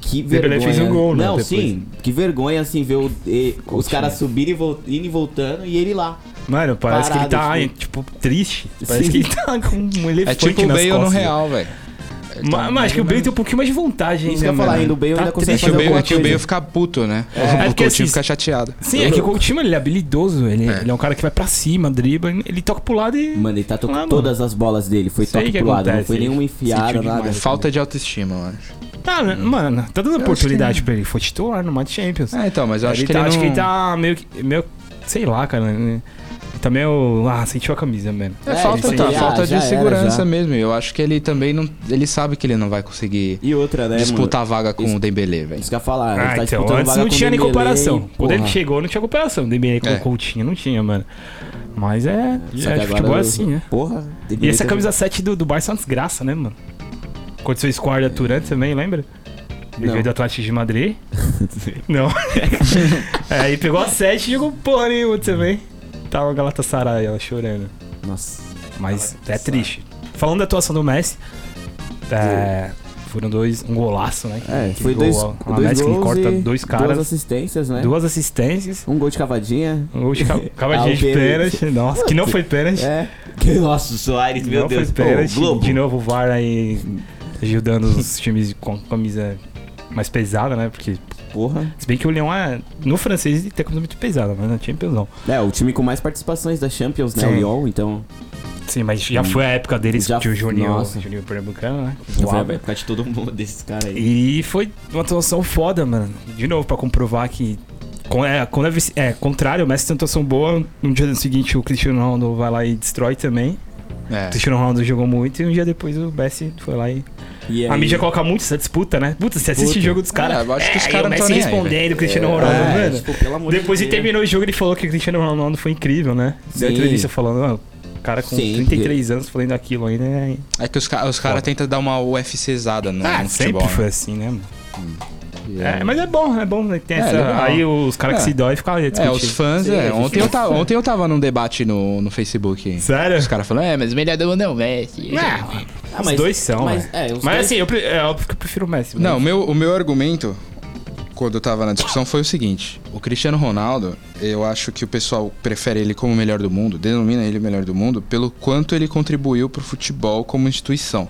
[SPEAKER 3] que
[SPEAKER 1] Dembélé
[SPEAKER 3] vergonha.
[SPEAKER 1] fez um gol, né,
[SPEAKER 3] Não,
[SPEAKER 1] depois.
[SPEAKER 3] sim. Que vergonha, assim, ver o- e- os
[SPEAKER 1] Coutinho.
[SPEAKER 3] caras subindo e, vol- indo e voltando e ele lá.
[SPEAKER 1] Mano, parece que ele tá,
[SPEAKER 3] parado, assim.
[SPEAKER 1] tipo, triste. Parece
[SPEAKER 3] Sim.
[SPEAKER 1] que ele tá com
[SPEAKER 3] [laughs]
[SPEAKER 1] um elefante
[SPEAKER 2] É tipo o
[SPEAKER 1] nas
[SPEAKER 2] Bale no
[SPEAKER 1] costas.
[SPEAKER 2] Real, velho.
[SPEAKER 1] Ma- Mas, acho que o Bale tem um pouquinho mais de vontagem
[SPEAKER 3] Isso
[SPEAKER 1] ainda,
[SPEAKER 3] que eu ia
[SPEAKER 1] mano. Tá
[SPEAKER 3] falar ainda, o Bale ainda
[SPEAKER 2] É
[SPEAKER 3] consegue
[SPEAKER 1] triste.
[SPEAKER 2] que o
[SPEAKER 3] Fazer
[SPEAKER 2] Bale,
[SPEAKER 3] alguma
[SPEAKER 2] é que o
[SPEAKER 3] coisa.
[SPEAKER 2] Bale fica puto, né?
[SPEAKER 1] É
[SPEAKER 2] o
[SPEAKER 1] porque
[SPEAKER 2] Coutinho
[SPEAKER 1] assim-
[SPEAKER 2] fica chateado.
[SPEAKER 1] Sim, é que o Coutinho, ele é habilidoso. Ele é. ele é um cara que vai pra cima, dribla, ele toca pro lado e...
[SPEAKER 3] Mano, ele tá
[SPEAKER 1] Ah,
[SPEAKER 3] tocando
[SPEAKER 1] mano.
[SPEAKER 3] todas as bolas dele. Foi
[SPEAKER 1] Sei
[SPEAKER 3] toque
[SPEAKER 1] que
[SPEAKER 3] pro lado, não
[SPEAKER 1] acontece
[SPEAKER 3] foi
[SPEAKER 1] isso.
[SPEAKER 3] nenhuma enfiada,
[SPEAKER 2] Sentiu
[SPEAKER 3] nada.
[SPEAKER 2] demais. É Falta de autoestima, eu acho.
[SPEAKER 1] Tá, né? mano, tá dando
[SPEAKER 2] que
[SPEAKER 1] oportunidade
[SPEAKER 3] é.
[SPEAKER 1] pra ele. Foi titular no Match Champions.
[SPEAKER 2] É, então, mas eu acho
[SPEAKER 1] ele
[SPEAKER 2] que
[SPEAKER 1] tá,
[SPEAKER 2] ele
[SPEAKER 1] acho
[SPEAKER 2] não...
[SPEAKER 1] que ele tá meio que. Meio, sei lá, cara. Né? Ele Tá meio. Ah, sentiu a camisa, mano.
[SPEAKER 2] É,
[SPEAKER 3] É,
[SPEAKER 2] falta,
[SPEAKER 1] ele
[SPEAKER 2] tá,
[SPEAKER 1] já-
[SPEAKER 2] falta
[SPEAKER 3] já
[SPEAKER 2] de
[SPEAKER 3] era,
[SPEAKER 2] segurança
[SPEAKER 3] já.
[SPEAKER 2] mesmo. Eu acho que ele também não... Ele sabe que ele não vai conseguir
[SPEAKER 3] E outra, né,
[SPEAKER 2] disputar a vaga com
[SPEAKER 3] Isso-
[SPEAKER 2] o Dembélé, velho.
[SPEAKER 3] Isso que eu ia falar. ele
[SPEAKER 1] Ah,
[SPEAKER 3] tá
[SPEAKER 1] então,
[SPEAKER 3] disputando
[SPEAKER 1] antes
[SPEAKER 3] vaga
[SPEAKER 1] não
[SPEAKER 3] com o
[SPEAKER 1] tinha nem
[SPEAKER 3] Dembélé,
[SPEAKER 1] comparação. Quando ele
[SPEAKER 3] porra.
[SPEAKER 1] chegou, não tinha comparação. DBA com
[SPEAKER 2] É.
[SPEAKER 1] o Coutinho, não tinha, mano. Mas é.
[SPEAKER 3] Só que
[SPEAKER 1] é
[SPEAKER 3] agora
[SPEAKER 1] futebol é
[SPEAKER 3] eu-
[SPEAKER 1] assim, né?
[SPEAKER 3] Porra.
[SPEAKER 1] E
[SPEAKER 3] Dembélé
[SPEAKER 1] essa
[SPEAKER 3] tá-
[SPEAKER 1] camisa 7 do, do Barça é uma desgraça, né, mano? Quando seu squad Turan também, lembra? Ele
[SPEAKER 3] Não.
[SPEAKER 1] veio do Atlético de
[SPEAKER 3] [laughs]
[SPEAKER 1] Madrid. não. [laughs] É, Aí pegou a 7 e jogou porra nenhuma também. Tava a Galatasaray, ela chorando.
[SPEAKER 3] Nossa.
[SPEAKER 1] Mas
[SPEAKER 3] Tá
[SPEAKER 1] é triste. Falando da atuação do Messi, é, foram dois, um golaço, né?
[SPEAKER 3] É,
[SPEAKER 1] Que
[SPEAKER 3] foi
[SPEAKER 1] gol,
[SPEAKER 3] dois,
[SPEAKER 1] ó.
[SPEAKER 3] dois
[SPEAKER 1] O Messi
[SPEAKER 3] gols
[SPEAKER 1] que corta
[SPEAKER 3] e
[SPEAKER 1] dois
[SPEAKER 3] duas
[SPEAKER 1] caras,
[SPEAKER 3] assistências, né?
[SPEAKER 1] duas assistências,
[SPEAKER 3] Um gol de cavadinha.
[SPEAKER 1] um
[SPEAKER 3] [laughs]
[SPEAKER 1] gol de ca-
[SPEAKER 3] Ah,
[SPEAKER 1] cavadinha
[SPEAKER 3] o
[SPEAKER 1] de
[SPEAKER 3] pênalti.
[SPEAKER 1] pênalti. Nossa, que não foi pênalti.
[SPEAKER 3] É. Que, nossa, o Soares, meu
[SPEAKER 1] não
[SPEAKER 3] Deus.
[SPEAKER 1] foi pênalti.
[SPEAKER 3] Ô, Globo.
[SPEAKER 1] de novo o VAR aí ajudando os times com camisa mais pesada, né? Porque,
[SPEAKER 3] Porra.
[SPEAKER 1] se bem que o Leão é, no francês ele tem camisa muito pesada, mas não tinha não.
[SPEAKER 3] É, o time com mais participações da Champions, né?
[SPEAKER 1] Sim.
[SPEAKER 3] O Lyon, então.
[SPEAKER 1] Sim, mas já foi a época deles
[SPEAKER 3] Já-
[SPEAKER 1] que o Juninho,
[SPEAKER 3] nossa.
[SPEAKER 1] Juninho Pernambucano, né?
[SPEAKER 3] Foi
[SPEAKER 1] Voava.
[SPEAKER 3] a época de todo mundo desses caras aí.
[SPEAKER 1] E foi uma atuação foda, mano. De novo, pra comprovar que. com- É, quando é, vice- é, contrário, o Messi tem uma atuação boa. No dia seguinte, o Cristiano Ronaldo vai lá e destrói também. O
[SPEAKER 2] É.
[SPEAKER 1] Cristiano Ronaldo jogou muito e um dia depois o Messi foi lá e.
[SPEAKER 3] E
[SPEAKER 1] A
[SPEAKER 3] aí-
[SPEAKER 1] mídia coloca muito essa disputa, né? Puta, você assiste o jogo dos caras.
[SPEAKER 2] É, eu acho que os
[SPEAKER 1] aí
[SPEAKER 2] caras
[SPEAKER 1] o
[SPEAKER 2] não tão
[SPEAKER 1] Messi
[SPEAKER 2] nem aí, né?
[SPEAKER 1] respondendo, o Cristiano
[SPEAKER 3] É,
[SPEAKER 1] Ronaldo, mano.
[SPEAKER 3] tipo, pelo amor de
[SPEAKER 1] Depois ele
[SPEAKER 3] Deus.
[SPEAKER 1] terminou o jogo, ele falou que o Cristiano Ronaldo foi incrível, né? Deu
[SPEAKER 3] Sim.
[SPEAKER 1] entrevista falando, ó, o cara com
[SPEAKER 3] Sim.
[SPEAKER 1] 33 anos falando aquilo ainda. É...
[SPEAKER 2] É que os, ca- os caras tentam dar uma UFCzada no,
[SPEAKER 1] Ah, sempre
[SPEAKER 2] no futebol. né?
[SPEAKER 1] foi assim, né, mano?
[SPEAKER 2] E
[SPEAKER 1] É, mas é bom, é bom. né? Tem
[SPEAKER 2] É,
[SPEAKER 1] essa-
[SPEAKER 2] legal.
[SPEAKER 1] aí os caras que
[SPEAKER 2] É.
[SPEAKER 1] se dói ficam ali
[SPEAKER 2] É,
[SPEAKER 1] discutindo.
[SPEAKER 2] os fãs,
[SPEAKER 3] Sim,
[SPEAKER 2] é.
[SPEAKER 3] a gente
[SPEAKER 2] Ontem
[SPEAKER 3] não-
[SPEAKER 2] eu, tava, ontem eu tava num debate no, no Facebook.
[SPEAKER 1] Sério?
[SPEAKER 2] Os caras falando, é, mas o melhor do mundo é o Messi.
[SPEAKER 1] É,
[SPEAKER 3] Ah,
[SPEAKER 1] os dois são,
[SPEAKER 3] Mas,
[SPEAKER 1] velho.
[SPEAKER 3] é, os
[SPEAKER 1] mas
[SPEAKER 3] dois-
[SPEAKER 1] assim, eu, pre- é óbvio que eu prefiro o Messi.
[SPEAKER 2] Não, o meu, o meu argumento, quando eu tava na discussão, foi o seguinte: o Cristiano Ronaldo, eu acho que o pessoal prefere ele como o melhor do mundo, denomina ele o melhor do mundo, pelo quanto ele contribuiu pro futebol como instituição.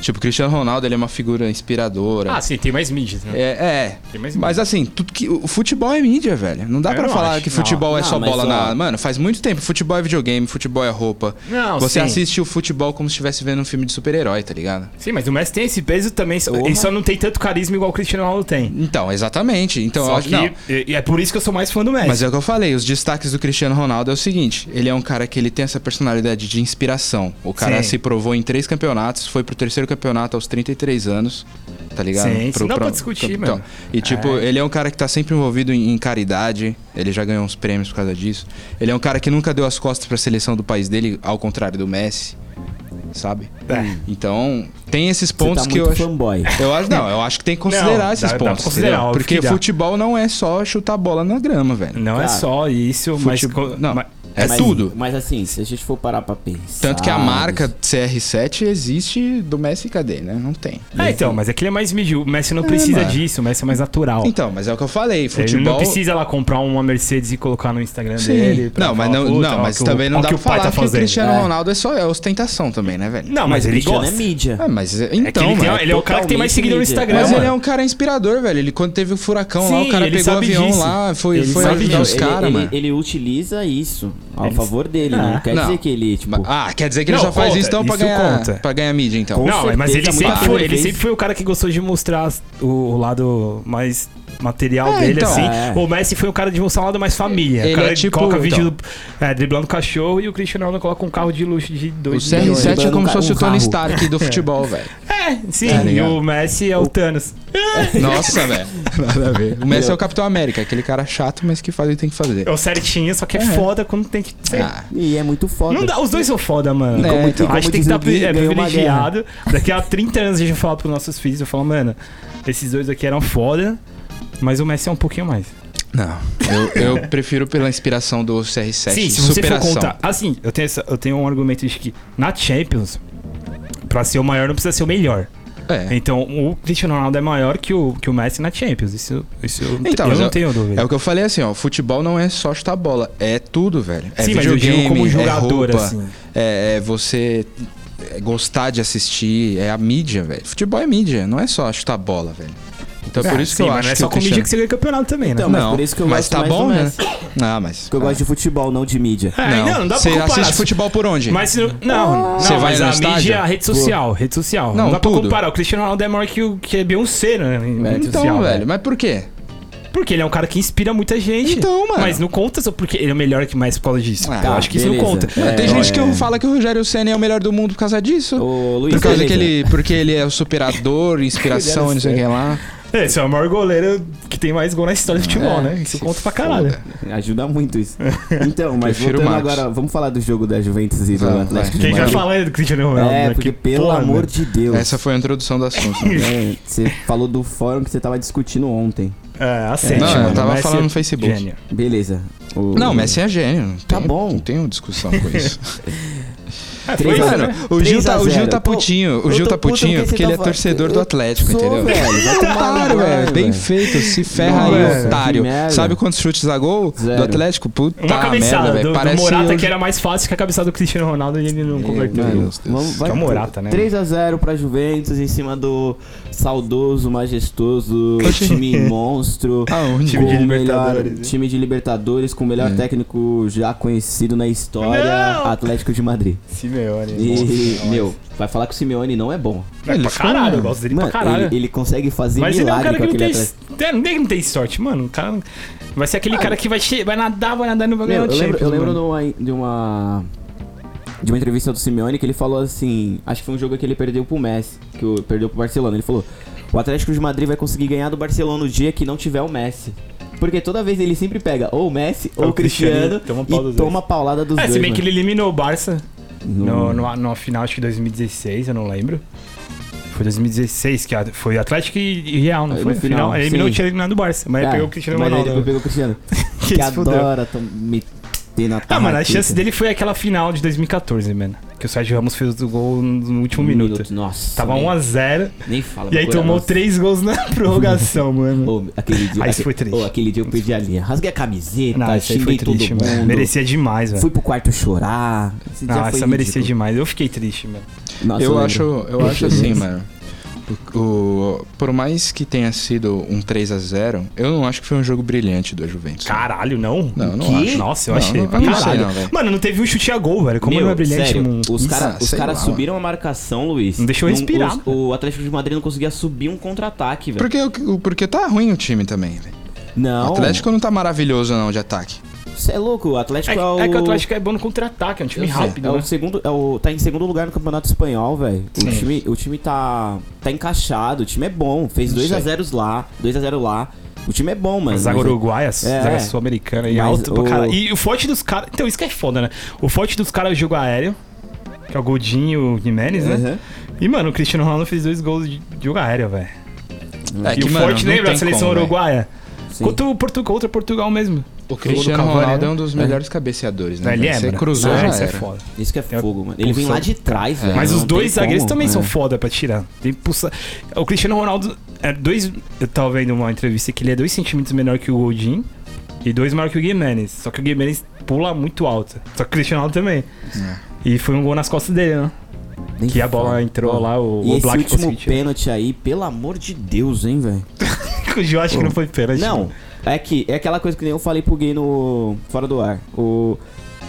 [SPEAKER 2] Tipo, o Cristiano Ronaldo, ele é uma figura inspiradora.
[SPEAKER 1] Ah, sim, tem mais mídias, né?
[SPEAKER 2] É, é.
[SPEAKER 1] Tem mais
[SPEAKER 2] Mas assim, tudo que, o futebol é mídia, velho. Não dá
[SPEAKER 1] Eu
[SPEAKER 2] pra
[SPEAKER 1] não
[SPEAKER 2] falar
[SPEAKER 1] acho.
[SPEAKER 2] que futebol
[SPEAKER 3] Não,
[SPEAKER 2] é só
[SPEAKER 3] não, mas,
[SPEAKER 2] bola
[SPEAKER 3] ó.
[SPEAKER 2] na. Mano, faz muito tempo. Futebol é videogame, futebol é roupa.
[SPEAKER 1] Não,
[SPEAKER 2] Você
[SPEAKER 1] sim.
[SPEAKER 2] assiste o futebol como se estivesse vendo um filme de super-herói, tá ligado?
[SPEAKER 1] Sim, mas o Messi tem esse peso também. só-
[SPEAKER 3] Porra.
[SPEAKER 1] Ele só não tem tanto carisma igual o Cristiano Ronaldo tem.
[SPEAKER 2] Então, exatamente. Então, eu
[SPEAKER 1] Só
[SPEAKER 2] acho
[SPEAKER 1] que.
[SPEAKER 2] que. Não,
[SPEAKER 1] E, e é por isso que eu sou mais fã do Messi.
[SPEAKER 2] Mas é o que eu falei, os destaques do Cristiano Ronaldo é o seguinte: ele é um cara que ele tem essa personalidade de inspiração. O cara
[SPEAKER 1] Sim.
[SPEAKER 2] se provou em três campeonatos, foi pro terceiro campeonato aos 33 anos, tá ligado?
[SPEAKER 1] Sim,
[SPEAKER 2] pro,
[SPEAKER 1] isso dá pra discutir, mano.
[SPEAKER 2] E tipo, ele é um cara que tá sempre envolvido em, em caridade, ele já ganhou uns prêmios por causa disso. Ele é um cara que nunca deu as costas pra seleção do país dele, ao contrário do Messi, sabe?
[SPEAKER 1] É.
[SPEAKER 2] Então, tem esses
[SPEAKER 3] Você
[SPEAKER 2] pontos
[SPEAKER 3] tá
[SPEAKER 2] que eu
[SPEAKER 3] muito
[SPEAKER 2] acho.
[SPEAKER 3] fanboy.
[SPEAKER 2] Eu acho, não, eu acho que tem que considerar
[SPEAKER 1] Não,
[SPEAKER 2] esses
[SPEAKER 1] dá- dá pra
[SPEAKER 2] pontos.
[SPEAKER 1] considerar,
[SPEAKER 2] entendeu?
[SPEAKER 1] óbvio que
[SPEAKER 2] Porque
[SPEAKER 1] dá.
[SPEAKER 2] futebol não é só chutar a bola na grama, velho.
[SPEAKER 1] Não é
[SPEAKER 3] Cara,
[SPEAKER 1] só isso,
[SPEAKER 2] futebol-
[SPEAKER 1] mas.
[SPEAKER 2] não,
[SPEAKER 1] mas-
[SPEAKER 2] É
[SPEAKER 3] mas,
[SPEAKER 2] tudo.
[SPEAKER 3] Mas assim, se a gente for parar pra pensar...
[SPEAKER 2] Tanto que a marca CR7 existe do Messi cadê, né? Não tem.
[SPEAKER 1] É, então, mas aquele é mais mídia. O Messi não
[SPEAKER 2] É,
[SPEAKER 1] precisa
[SPEAKER 2] mano.
[SPEAKER 1] disso, o Messi é mais natural.
[SPEAKER 2] Então, mas é o que eu falei,
[SPEAKER 1] Ele não
[SPEAKER 2] futebol.
[SPEAKER 1] precisa lá comprar uma Mercedes e colocar no Instagram
[SPEAKER 2] Sim.
[SPEAKER 1] dele. pra
[SPEAKER 2] não, mas
[SPEAKER 1] falar,
[SPEAKER 2] não,
[SPEAKER 1] "Puta,
[SPEAKER 2] não,
[SPEAKER 1] ó
[SPEAKER 2] mas
[SPEAKER 1] que o-
[SPEAKER 2] também
[SPEAKER 1] ó
[SPEAKER 2] não dá
[SPEAKER 1] que
[SPEAKER 2] pra
[SPEAKER 1] o pai tá
[SPEAKER 2] falar que o
[SPEAKER 1] fazendo.
[SPEAKER 2] Cristiano
[SPEAKER 3] É.
[SPEAKER 2] Ronaldo é só é ostentação também, né, velho?
[SPEAKER 1] Não, mas,
[SPEAKER 3] o
[SPEAKER 1] ele
[SPEAKER 3] Cristiano
[SPEAKER 1] gosta.
[SPEAKER 3] é mídia.
[SPEAKER 2] É, mas é-
[SPEAKER 1] É que
[SPEAKER 2] então,
[SPEAKER 1] ele, tem-
[SPEAKER 2] mano.
[SPEAKER 1] ele é o cara que tem mais seguidor no
[SPEAKER 3] Totalmente
[SPEAKER 1] Instagram.
[SPEAKER 2] Mas
[SPEAKER 1] mano.
[SPEAKER 2] ele é um cara inspirador, velho. Ele quando teve o furacão lá,
[SPEAKER 1] Sim,
[SPEAKER 2] o cara
[SPEAKER 1] ele
[SPEAKER 2] pegou o
[SPEAKER 1] sabe
[SPEAKER 2] avião
[SPEAKER 1] disso.
[SPEAKER 2] lá, foi,
[SPEAKER 1] Ele
[SPEAKER 2] foi
[SPEAKER 1] sabe
[SPEAKER 2] ajudar
[SPEAKER 1] disso.
[SPEAKER 2] os
[SPEAKER 3] então, Ele-
[SPEAKER 2] caras,
[SPEAKER 3] ele,
[SPEAKER 2] mano.
[SPEAKER 3] ele utiliza isso. Ao
[SPEAKER 1] Eles-
[SPEAKER 3] favor dele, né?
[SPEAKER 1] Ah.
[SPEAKER 3] Não quer
[SPEAKER 2] Não.
[SPEAKER 3] dizer que ele, tipo.
[SPEAKER 2] Ma- Ah, quer dizer que ele
[SPEAKER 1] Não,
[SPEAKER 2] já faz
[SPEAKER 1] conta,
[SPEAKER 2] isso então pra
[SPEAKER 1] isso conta.
[SPEAKER 2] ganhar, pra ganhar mídia, então.
[SPEAKER 3] Com
[SPEAKER 1] não, mas
[SPEAKER 3] certeza,
[SPEAKER 1] ele
[SPEAKER 3] muita
[SPEAKER 1] sempre,
[SPEAKER 3] coisa
[SPEAKER 1] foi,
[SPEAKER 3] ele
[SPEAKER 1] ele
[SPEAKER 3] fez.
[SPEAKER 1] sempre foi o cara que gostou de mostrar o, o lado mais material
[SPEAKER 2] É,
[SPEAKER 1] dele,
[SPEAKER 2] então.
[SPEAKER 1] assim.
[SPEAKER 3] É.
[SPEAKER 1] O Messi foi o cara de mostrar o lado mais família.
[SPEAKER 2] Ele
[SPEAKER 1] o cara
[SPEAKER 2] é tipo-
[SPEAKER 1] coloca vídeo
[SPEAKER 2] então.
[SPEAKER 1] do, é, driblando cachorro e o Cristiano Ronaldo coloca um carro de luxo de
[SPEAKER 2] O
[SPEAKER 1] dois milhões.
[SPEAKER 2] CR7 é
[SPEAKER 3] Lembrando
[SPEAKER 2] como
[SPEAKER 3] um
[SPEAKER 2] se fosse o
[SPEAKER 3] carro.
[SPEAKER 2] Tony Stark
[SPEAKER 1] [laughs]
[SPEAKER 2] do futebol, velho.
[SPEAKER 1] É, sim.
[SPEAKER 2] Tá
[SPEAKER 1] e
[SPEAKER 2] ligado?
[SPEAKER 1] o Messi é o Thanos.
[SPEAKER 2] Nossa, velho. Nada a ver. O Messi é o Capitão América, aquele cara chato, mas que faz o que tem que fazer.
[SPEAKER 1] É o certinho, só que é,
[SPEAKER 2] É.
[SPEAKER 1] foda quando tem que ser.
[SPEAKER 2] Ah,
[SPEAKER 3] E é muito foda.
[SPEAKER 1] Não dá, os dois são foda, mano.
[SPEAKER 2] É,
[SPEAKER 3] Como- e
[SPEAKER 2] então.
[SPEAKER 1] A
[SPEAKER 3] como
[SPEAKER 1] gente tem que é
[SPEAKER 3] diz o
[SPEAKER 1] estar
[SPEAKER 3] Gui, ganhou uma guerra.
[SPEAKER 1] privilegiado. Daqui a 30 anos a gente vai falar pros nossos filhos, eu falo, mano, esses dois aqui eram foda, mas o Messi é um pouquinho mais.
[SPEAKER 2] não. Eu, [laughs] eu prefiro pela inspiração do CR7.
[SPEAKER 1] Sim, se você for
[SPEAKER 2] superação.
[SPEAKER 1] contar. Assim, eu tenho, essa- eu tenho um argumento de que na Champions, pra ser o maior não precisa ser o melhor.
[SPEAKER 2] É.
[SPEAKER 1] Então, o Cristiano Ronaldo é maior que o, que o Messi na Champions. Isso, isso eu, não-
[SPEAKER 2] Então,
[SPEAKER 1] eu
[SPEAKER 2] mas
[SPEAKER 1] não
[SPEAKER 2] é-
[SPEAKER 1] tenho dúvida.
[SPEAKER 2] É o que eu falei assim, ó. Futebol não é só chutar bola. É tudo, velho. É
[SPEAKER 1] Sim, mas eu
[SPEAKER 2] videogame,
[SPEAKER 1] digo como jogador,
[SPEAKER 2] é roupa,
[SPEAKER 1] assim.
[SPEAKER 2] É, é você é, gostar de assistir, é a mídia, velho. Futebol é mídia, não é só chutar bola, velho. Então é por isso
[SPEAKER 1] sim,
[SPEAKER 2] que eu
[SPEAKER 1] mas
[SPEAKER 2] acho
[SPEAKER 1] não é
[SPEAKER 2] que
[SPEAKER 1] só
[SPEAKER 2] o
[SPEAKER 1] com mídia que você ganha campeonato também, né?
[SPEAKER 3] Então,
[SPEAKER 2] Não,
[SPEAKER 3] mas por isso que eu
[SPEAKER 2] mas
[SPEAKER 3] gosto
[SPEAKER 2] tá
[SPEAKER 3] mais do
[SPEAKER 2] bom, né?
[SPEAKER 3] Messi.
[SPEAKER 2] Não, mas...
[SPEAKER 3] Porque eu gosto de futebol, não
[SPEAKER 2] [laughs]
[SPEAKER 3] de mídia.
[SPEAKER 1] É, não, não dá pra
[SPEAKER 2] Você
[SPEAKER 1] comparar.
[SPEAKER 2] assiste futebol por onde?
[SPEAKER 1] Mas se não, não,
[SPEAKER 2] né? Você
[SPEAKER 1] não,
[SPEAKER 2] vai
[SPEAKER 1] mas
[SPEAKER 2] no
[SPEAKER 1] a
[SPEAKER 2] estádio?
[SPEAKER 1] mídia, a rede social, rede social. Não,
[SPEAKER 2] Não,
[SPEAKER 1] dá pra
[SPEAKER 2] tudo.
[SPEAKER 1] comparar. O Cristiano Ronaldo é maior que o que é Beyoncé, né? em rede
[SPEAKER 2] Então,
[SPEAKER 1] social,
[SPEAKER 2] velho, mas por quê?
[SPEAKER 1] Porque ele é um cara que inspira muita gente.
[SPEAKER 2] Então, mano.
[SPEAKER 1] Mas não conta só porque ele é o melhor que mais por causa disso.
[SPEAKER 2] Ah,
[SPEAKER 1] eu acho que isso não
[SPEAKER 3] beleza.
[SPEAKER 1] conta.
[SPEAKER 3] É,
[SPEAKER 2] Tem
[SPEAKER 3] é.
[SPEAKER 2] gente que fala que o Rogério Senna é o melhor do mundo por causa disso.
[SPEAKER 3] Ô, Luiz,
[SPEAKER 2] por causa
[SPEAKER 3] beleza.
[SPEAKER 2] que ele, porque ele é o
[SPEAKER 3] [laughs]
[SPEAKER 2] superador, inspiração e não sei o que lá.
[SPEAKER 1] Esse é o maior goleiro que tem mais gol na história do futebol,
[SPEAKER 2] É,
[SPEAKER 1] né? Isso
[SPEAKER 2] se
[SPEAKER 1] conta pra caralho.
[SPEAKER 2] foda.
[SPEAKER 3] Ajuda
[SPEAKER 1] [laughs]
[SPEAKER 3] muito isso. Então, mas
[SPEAKER 2] Prefiro o
[SPEAKER 3] voltando
[SPEAKER 2] Marcos.
[SPEAKER 3] agora, vamos falar do jogo da Juventus e do
[SPEAKER 2] Vamos,
[SPEAKER 3] Atlético.
[SPEAKER 2] vai.
[SPEAKER 3] de
[SPEAKER 1] Quem já
[SPEAKER 3] Madrid.
[SPEAKER 1] falou do Cristiano Ronaldo?
[SPEAKER 3] É,
[SPEAKER 1] né?
[SPEAKER 3] porque
[SPEAKER 1] Que
[SPEAKER 3] pelo
[SPEAKER 1] porra,
[SPEAKER 3] amor
[SPEAKER 1] mano.
[SPEAKER 3] de Deus.
[SPEAKER 2] Essa foi a introdução do
[SPEAKER 3] [laughs]
[SPEAKER 2] assunto. né?
[SPEAKER 3] É, você falou do fórum que você tava discutindo ontem.
[SPEAKER 1] É, a sétima,
[SPEAKER 2] Não, eu
[SPEAKER 1] mano.
[SPEAKER 2] tava
[SPEAKER 1] Messi
[SPEAKER 2] falando
[SPEAKER 1] é
[SPEAKER 2] no Facebook.
[SPEAKER 1] gênio.
[SPEAKER 3] Beleza. O-
[SPEAKER 2] Não, Messi é gênio. não
[SPEAKER 3] Tá
[SPEAKER 2] tem-
[SPEAKER 3] bom.
[SPEAKER 2] Não tenho discussão com isso.
[SPEAKER 1] É,
[SPEAKER 3] [laughs] Três
[SPEAKER 1] foi,
[SPEAKER 3] a
[SPEAKER 1] mano.
[SPEAKER 3] zero.
[SPEAKER 2] O Gil, tá, o
[SPEAKER 3] 3 a 0.
[SPEAKER 2] Gil tá
[SPEAKER 3] Eu tô-
[SPEAKER 2] putinho.
[SPEAKER 3] eu
[SPEAKER 2] O Gil
[SPEAKER 3] tô
[SPEAKER 2] tá
[SPEAKER 3] puto
[SPEAKER 2] putinho
[SPEAKER 3] porque
[SPEAKER 2] porque
[SPEAKER 3] você
[SPEAKER 2] ele é
[SPEAKER 3] tá fa-
[SPEAKER 2] torcedor do
[SPEAKER 3] eu
[SPEAKER 2] Atlético,
[SPEAKER 3] sou,
[SPEAKER 2] entendeu? [laughs]
[SPEAKER 3] velho, vai tomar
[SPEAKER 2] Otário,
[SPEAKER 3] no cu,
[SPEAKER 2] velho. Bem
[SPEAKER 3] velho.
[SPEAKER 2] feito. Se ferra
[SPEAKER 3] Nossa,
[SPEAKER 2] aí,
[SPEAKER 3] que
[SPEAKER 2] otário.
[SPEAKER 3] merda.
[SPEAKER 2] Sabe quantos chutes a gol
[SPEAKER 3] Zero.
[SPEAKER 2] do Atlético? Puta
[SPEAKER 1] Uma cabeçada
[SPEAKER 2] Tá, merda, velho.
[SPEAKER 1] do, do
[SPEAKER 2] Parece
[SPEAKER 1] Morata
[SPEAKER 2] o-
[SPEAKER 1] que era mais fácil que a cabeçada do Cristiano Ronaldo e ele não converteu.
[SPEAKER 2] Meu
[SPEAKER 3] É, Mano,
[SPEAKER 2] Deus do
[SPEAKER 3] vamos,
[SPEAKER 2] céu.
[SPEAKER 1] Que é o Morata, né?
[SPEAKER 3] 3x0 pra Juventus em cima do saudoso, majestoso
[SPEAKER 1] [laughs]
[SPEAKER 3] time monstro.
[SPEAKER 2] Aonde?
[SPEAKER 1] Time
[SPEAKER 3] com
[SPEAKER 1] de
[SPEAKER 3] o melhor
[SPEAKER 1] Libertadores, né?
[SPEAKER 3] time de Libertadores, com o melhor técnico já conhecido na história,
[SPEAKER 1] Não!
[SPEAKER 3] Atlético de Madrid.
[SPEAKER 1] Simeone.
[SPEAKER 3] E, meu, vai falar que o Simeone não é bom.
[SPEAKER 1] É
[SPEAKER 2] Ele
[SPEAKER 1] pra
[SPEAKER 2] ficou-
[SPEAKER 1] caralho, eu gosto dele
[SPEAKER 3] um- Mano,
[SPEAKER 1] é pra caralho.
[SPEAKER 3] ele, ele consegue fazer
[SPEAKER 1] Mas ele é um
[SPEAKER 3] milagre
[SPEAKER 1] cara que
[SPEAKER 3] com
[SPEAKER 1] não tem,
[SPEAKER 3] aquele Atlético.
[SPEAKER 1] é, não tem. Não tem sorte, mano. O cara vai ser aquele cara que vai, che- vai nadar, vai nadar e não vai
[SPEAKER 3] Ah, Meu,
[SPEAKER 1] ganhar
[SPEAKER 3] eu
[SPEAKER 1] o
[SPEAKER 3] lembro,
[SPEAKER 1] Champions.
[SPEAKER 3] eu lembro
[SPEAKER 1] mano.
[SPEAKER 3] numa- de uma. De uma entrevista do Simeone que ele falou assim. Acho que foi um jogo que ele perdeu pro Messi, que o, perdeu pro Barcelona. Ele falou: O Atlético de Madrid vai conseguir ganhar do Barcelona no dia que não tiver o Messi. Porque toda vez ele sempre pega ou o Messi ou
[SPEAKER 1] Ou
[SPEAKER 3] o Cristiano,
[SPEAKER 1] É Cristiano, toma um pau
[SPEAKER 3] e
[SPEAKER 1] dos
[SPEAKER 3] toma a paulada dos
[SPEAKER 1] É,
[SPEAKER 3] dois.
[SPEAKER 1] se bem que
[SPEAKER 3] mano.
[SPEAKER 1] ele eliminou o Barça no,
[SPEAKER 3] No-
[SPEAKER 1] no, no final, acho que 2016, eu não lembro. Foi 2016, que a- foi Atlético e e Real, não
[SPEAKER 3] Aí
[SPEAKER 1] foi?
[SPEAKER 3] no
[SPEAKER 1] No
[SPEAKER 3] final,
[SPEAKER 1] final, ele eliminou
[SPEAKER 3] sim.
[SPEAKER 1] o Tiro eliminado do Barça, mas
[SPEAKER 3] Ah,
[SPEAKER 1] ele pegou é o Cristiano
[SPEAKER 3] mas ele
[SPEAKER 1] Ronaldo. [laughs]
[SPEAKER 3] pegou o Cristiano.
[SPEAKER 1] Que
[SPEAKER 3] que
[SPEAKER 1] se fudeu.
[SPEAKER 3] adora tom- meter na
[SPEAKER 1] Ah, mano, a
[SPEAKER 3] tarraqueta.
[SPEAKER 1] chance dele foi aquela final de 2014, mano. Que o Sérgio Ramos fez o gol no último é um
[SPEAKER 3] Um
[SPEAKER 1] minuto.
[SPEAKER 3] Nossa.
[SPEAKER 1] Tava
[SPEAKER 3] nem-
[SPEAKER 1] 1x0,
[SPEAKER 3] Nem fala.
[SPEAKER 1] e aí
[SPEAKER 3] meu coração.
[SPEAKER 1] tomou três gols na [laughs] prorrogação, mano.
[SPEAKER 3] Ô, aquele dia,
[SPEAKER 1] Ah, isso
[SPEAKER 3] aque-
[SPEAKER 1] foi triste.
[SPEAKER 3] ô, aquele dia eu perdi a linha. Rasguei a camiseta,
[SPEAKER 1] Não, isso aí foi
[SPEAKER 3] tá xinguei todo
[SPEAKER 1] triste,
[SPEAKER 3] mundo.
[SPEAKER 1] mano. Merecia demais, velho.
[SPEAKER 3] Fui pro quarto chorar. Esse dia
[SPEAKER 1] Nossa,
[SPEAKER 3] foi
[SPEAKER 1] eu merecia
[SPEAKER 3] ridículo.
[SPEAKER 1] demais. Eu fiquei triste, mano.
[SPEAKER 3] Nossa,
[SPEAKER 2] eu
[SPEAKER 3] lembro.
[SPEAKER 2] acho, eu acho assim, mano. O, o- por mais que tenha sido um 3 a 0 eu não acho que foi um jogo brilhante do Juventus.
[SPEAKER 1] Caralho, não?
[SPEAKER 2] Não,
[SPEAKER 1] O
[SPEAKER 2] não
[SPEAKER 1] quê?
[SPEAKER 2] acho.
[SPEAKER 1] Nossa, eu
[SPEAKER 2] Não,
[SPEAKER 1] achei
[SPEAKER 2] não-
[SPEAKER 1] pra
[SPEAKER 2] não sei
[SPEAKER 1] caralho.
[SPEAKER 2] não, velho.
[SPEAKER 1] mano, não teve um chute a gol, velho. Como
[SPEAKER 3] Meu,
[SPEAKER 1] não é brilhante,
[SPEAKER 3] sério,
[SPEAKER 1] mano.
[SPEAKER 3] os caras
[SPEAKER 2] Ah, sei lá,
[SPEAKER 3] subiram a marcação, Luiz.
[SPEAKER 1] Não deixou
[SPEAKER 3] eu
[SPEAKER 1] respirar,
[SPEAKER 3] Os, o Atlético de Madrid não conseguia subir um contra-ataque, velho.
[SPEAKER 2] Porque, o- porque tá ruim o time também, velho. O
[SPEAKER 3] Não.
[SPEAKER 2] Atlético não tá maravilhoso, não, de ataque.
[SPEAKER 3] Você é louco, o Atlético
[SPEAKER 1] É,
[SPEAKER 3] é,
[SPEAKER 1] que-
[SPEAKER 3] o.
[SPEAKER 1] é que o Atlético é bom no contra-ataque, é um time
[SPEAKER 3] Eu sei,
[SPEAKER 1] rápido,
[SPEAKER 3] é
[SPEAKER 1] né?
[SPEAKER 3] o segundo, é o, tá em segundo lugar no campeonato espanhol, velho. O
[SPEAKER 2] Sim.
[SPEAKER 3] time, o time tá, tá encaixado, o time é bom. Fez
[SPEAKER 2] Não sei.
[SPEAKER 3] 2x0 lá, 2x0 lá. O time é bom, mano.
[SPEAKER 1] A zaga
[SPEAKER 3] mas-
[SPEAKER 1] uruguaia, zaga
[SPEAKER 3] é.
[SPEAKER 1] sul-americana e
[SPEAKER 3] Mas
[SPEAKER 1] alto
[SPEAKER 3] o-
[SPEAKER 1] pra caralho. E o forte dos caras. Então, isso que é foda, né? O forte dos caras é o jogo aéreo. Que é o Godinho e o Jimenez, né?
[SPEAKER 3] Uhum.
[SPEAKER 1] E, mano, o Cristiano Ronaldo fez dois gols de de jogo aéreo, velho.
[SPEAKER 2] É
[SPEAKER 1] E o
[SPEAKER 2] mano,
[SPEAKER 1] forte
[SPEAKER 2] não
[SPEAKER 1] lembra a
[SPEAKER 2] tem
[SPEAKER 1] seleção
[SPEAKER 2] como, velho.
[SPEAKER 1] uruguaia?
[SPEAKER 3] Sim.
[SPEAKER 1] Contra o Portugal, contra Portugal mesmo.
[SPEAKER 2] O
[SPEAKER 1] O
[SPEAKER 2] Cristiano
[SPEAKER 1] Cavani,
[SPEAKER 2] Ronaldo
[SPEAKER 1] né?
[SPEAKER 2] é um dos melhores cabeceadores, né?
[SPEAKER 1] Ele
[SPEAKER 2] velho?
[SPEAKER 1] é,
[SPEAKER 2] Você
[SPEAKER 1] mano.
[SPEAKER 2] cruzou,
[SPEAKER 1] Ah,
[SPEAKER 2] já
[SPEAKER 1] isso é
[SPEAKER 2] era.
[SPEAKER 1] foda.
[SPEAKER 3] Isso que é
[SPEAKER 1] Tem a
[SPEAKER 3] fogo, mano. Ele vem
[SPEAKER 1] pulsão.
[SPEAKER 3] lá de trás, velho.
[SPEAKER 1] Mas
[SPEAKER 3] não
[SPEAKER 1] os
[SPEAKER 3] tem
[SPEAKER 1] dois zagueiros
[SPEAKER 3] como.
[SPEAKER 1] também
[SPEAKER 3] É.
[SPEAKER 1] são foda pra tirar. Tem pulsa... O Cristiano Ronaldo é dois. Eu tava vendo uma entrevista que ele é dois centímetros menor que o Godin e dois maior que o Guimenez. Só que o Guimenez pula muito alto. Só que o Cristiano Ronaldo também.
[SPEAKER 3] É.
[SPEAKER 1] E foi um gol nas costas dele, né? [laughs]
[SPEAKER 3] Nem
[SPEAKER 1] Que a bola
[SPEAKER 3] fala.
[SPEAKER 1] entrou lá, o,
[SPEAKER 3] E
[SPEAKER 1] o
[SPEAKER 3] esse
[SPEAKER 1] Black
[SPEAKER 3] último
[SPEAKER 1] conseguiu tirar.
[SPEAKER 3] pênalti aí, pelo amor de Deus, hein, velho.
[SPEAKER 1] O Gil acho que não foi pênalti.
[SPEAKER 3] Não, é que é aquela coisa que nem eu falei pro gay no fora do ar. O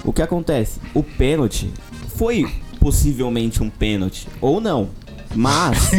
[SPEAKER 3] O que acontece? O pênalti foi possivelmente um pênalti, ou não.
[SPEAKER 1] [laughs]
[SPEAKER 3] Mas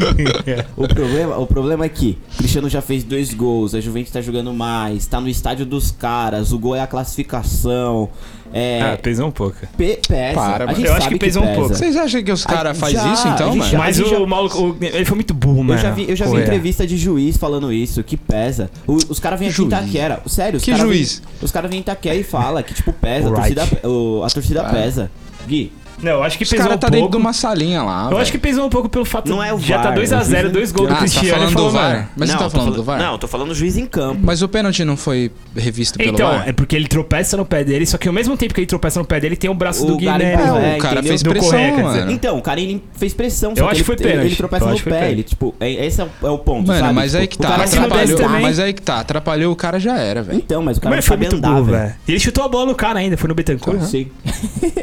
[SPEAKER 3] o, problema, o problema é que o Cristiano já fez dois gols, a Juventus tá jogando mais, tá no estádio dos caras, o gol é a classificação. É,
[SPEAKER 1] Ah, pesa um pouco.
[SPEAKER 3] pe- pesa.
[SPEAKER 2] Para,
[SPEAKER 3] a
[SPEAKER 2] mano.
[SPEAKER 3] gente
[SPEAKER 1] Eu acho
[SPEAKER 3] sabe
[SPEAKER 1] que pesa um pouco.
[SPEAKER 2] Vocês acham que os
[SPEAKER 3] A-
[SPEAKER 2] caras fazem
[SPEAKER 3] já,
[SPEAKER 2] isso então,
[SPEAKER 3] a gente
[SPEAKER 2] mano?
[SPEAKER 3] já-
[SPEAKER 1] Mas
[SPEAKER 3] mas
[SPEAKER 1] o
[SPEAKER 3] já-
[SPEAKER 1] maluco, o- ele foi muito burro,
[SPEAKER 3] Eu
[SPEAKER 1] mano.
[SPEAKER 3] já vi, eu já vi
[SPEAKER 1] Correr.
[SPEAKER 3] entrevista de juiz falando isso, que pesa. O- os caras vêm aqui em
[SPEAKER 2] Juiz.
[SPEAKER 3] Itaquera. Sério, os
[SPEAKER 2] Que
[SPEAKER 3] cara vem-
[SPEAKER 2] juiz?
[SPEAKER 3] os caras vêm em Itaquera e fala que, tipo, pesa, a
[SPEAKER 1] Right.
[SPEAKER 3] torcida, o- a torcida
[SPEAKER 2] Ah.
[SPEAKER 3] pesa. Gui,
[SPEAKER 1] Não, eu acho que
[SPEAKER 2] Os
[SPEAKER 1] pesou
[SPEAKER 2] caras
[SPEAKER 1] um
[SPEAKER 2] tá dentro
[SPEAKER 1] pouco.
[SPEAKER 2] de uma salinha lá.
[SPEAKER 1] Eu acho que pesou um pouco pelo fato
[SPEAKER 3] Não é o
[SPEAKER 1] de já
[SPEAKER 3] VAR,
[SPEAKER 1] tá 2x0,
[SPEAKER 3] eu
[SPEAKER 1] dois
[SPEAKER 3] fiz-
[SPEAKER 1] gols
[SPEAKER 2] Ah,
[SPEAKER 1] do
[SPEAKER 2] você tá
[SPEAKER 1] Cristiano.
[SPEAKER 2] falando
[SPEAKER 1] e
[SPEAKER 2] do
[SPEAKER 1] falou, mano,
[SPEAKER 2] VAR. Mas você tá
[SPEAKER 3] eu tô
[SPEAKER 2] falando do VAR?
[SPEAKER 3] Não, eu tô falando juiz em campo.
[SPEAKER 2] Mas o pênalti não foi revisto pelo
[SPEAKER 1] Então,
[SPEAKER 2] VAR?
[SPEAKER 1] é porque ele tropeça no pé dele, só que ao mesmo tempo que ele tropeça no pé dele, tem o braço
[SPEAKER 3] O
[SPEAKER 1] do Guiné.
[SPEAKER 3] Garibaldi,
[SPEAKER 1] mano.
[SPEAKER 3] é,
[SPEAKER 2] o cara
[SPEAKER 3] entendeu?
[SPEAKER 2] fez
[SPEAKER 1] Do
[SPEAKER 2] pressão,
[SPEAKER 1] Correia, quer dizer.
[SPEAKER 2] mano.
[SPEAKER 3] Então, o cara ele fez pressão, só
[SPEAKER 1] Eu acho
[SPEAKER 3] ele,
[SPEAKER 1] que foi
[SPEAKER 3] ele-
[SPEAKER 1] pênalti.
[SPEAKER 3] ele tropeça
[SPEAKER 1] Eu
[SPEAKER 3] no
[SPEAKER 1] acho que foi
[SPEAKER 3] pé,
[SPEAKER 1] pênalti.
[SPEAKER 3] ele, tipo, é- esse é o, é o ponto,
[SPEAKER 2] Mano,
[SPEAKER 3] sabe?
[SPEAKER 2] mas
[SPEAKER 3] Tipo,
[SPEAKER 2] aí que
[SPEAKER 3] o
[SPEAKER 2] tá.
[SPEAKER 3] cara
[SPEAKER 1] se atrapalha
[SPEAKER 2] Atrapalhou,
[SPEAKER 1] também.
[SPEAKER 2] mas aí que tá. Atrapalhou, o cara já era, velho.
[SPEAKER 3] Então, mas o cara
[SPEAKER 1] Mano,
[SPEAKER 3] não
[SPEAKER 1] foi
[SPEAKER 3] sabe
[SPEAKER 1] muito
[SPEAKER 3] andar,
[SPEAKER 1] burro,
[SPEAKER 3] velho.
[SPEAKER 1] velho. Ele chutou a bola no cara ainda, foi no Betancourt.
[SPEAKER 3] Sim.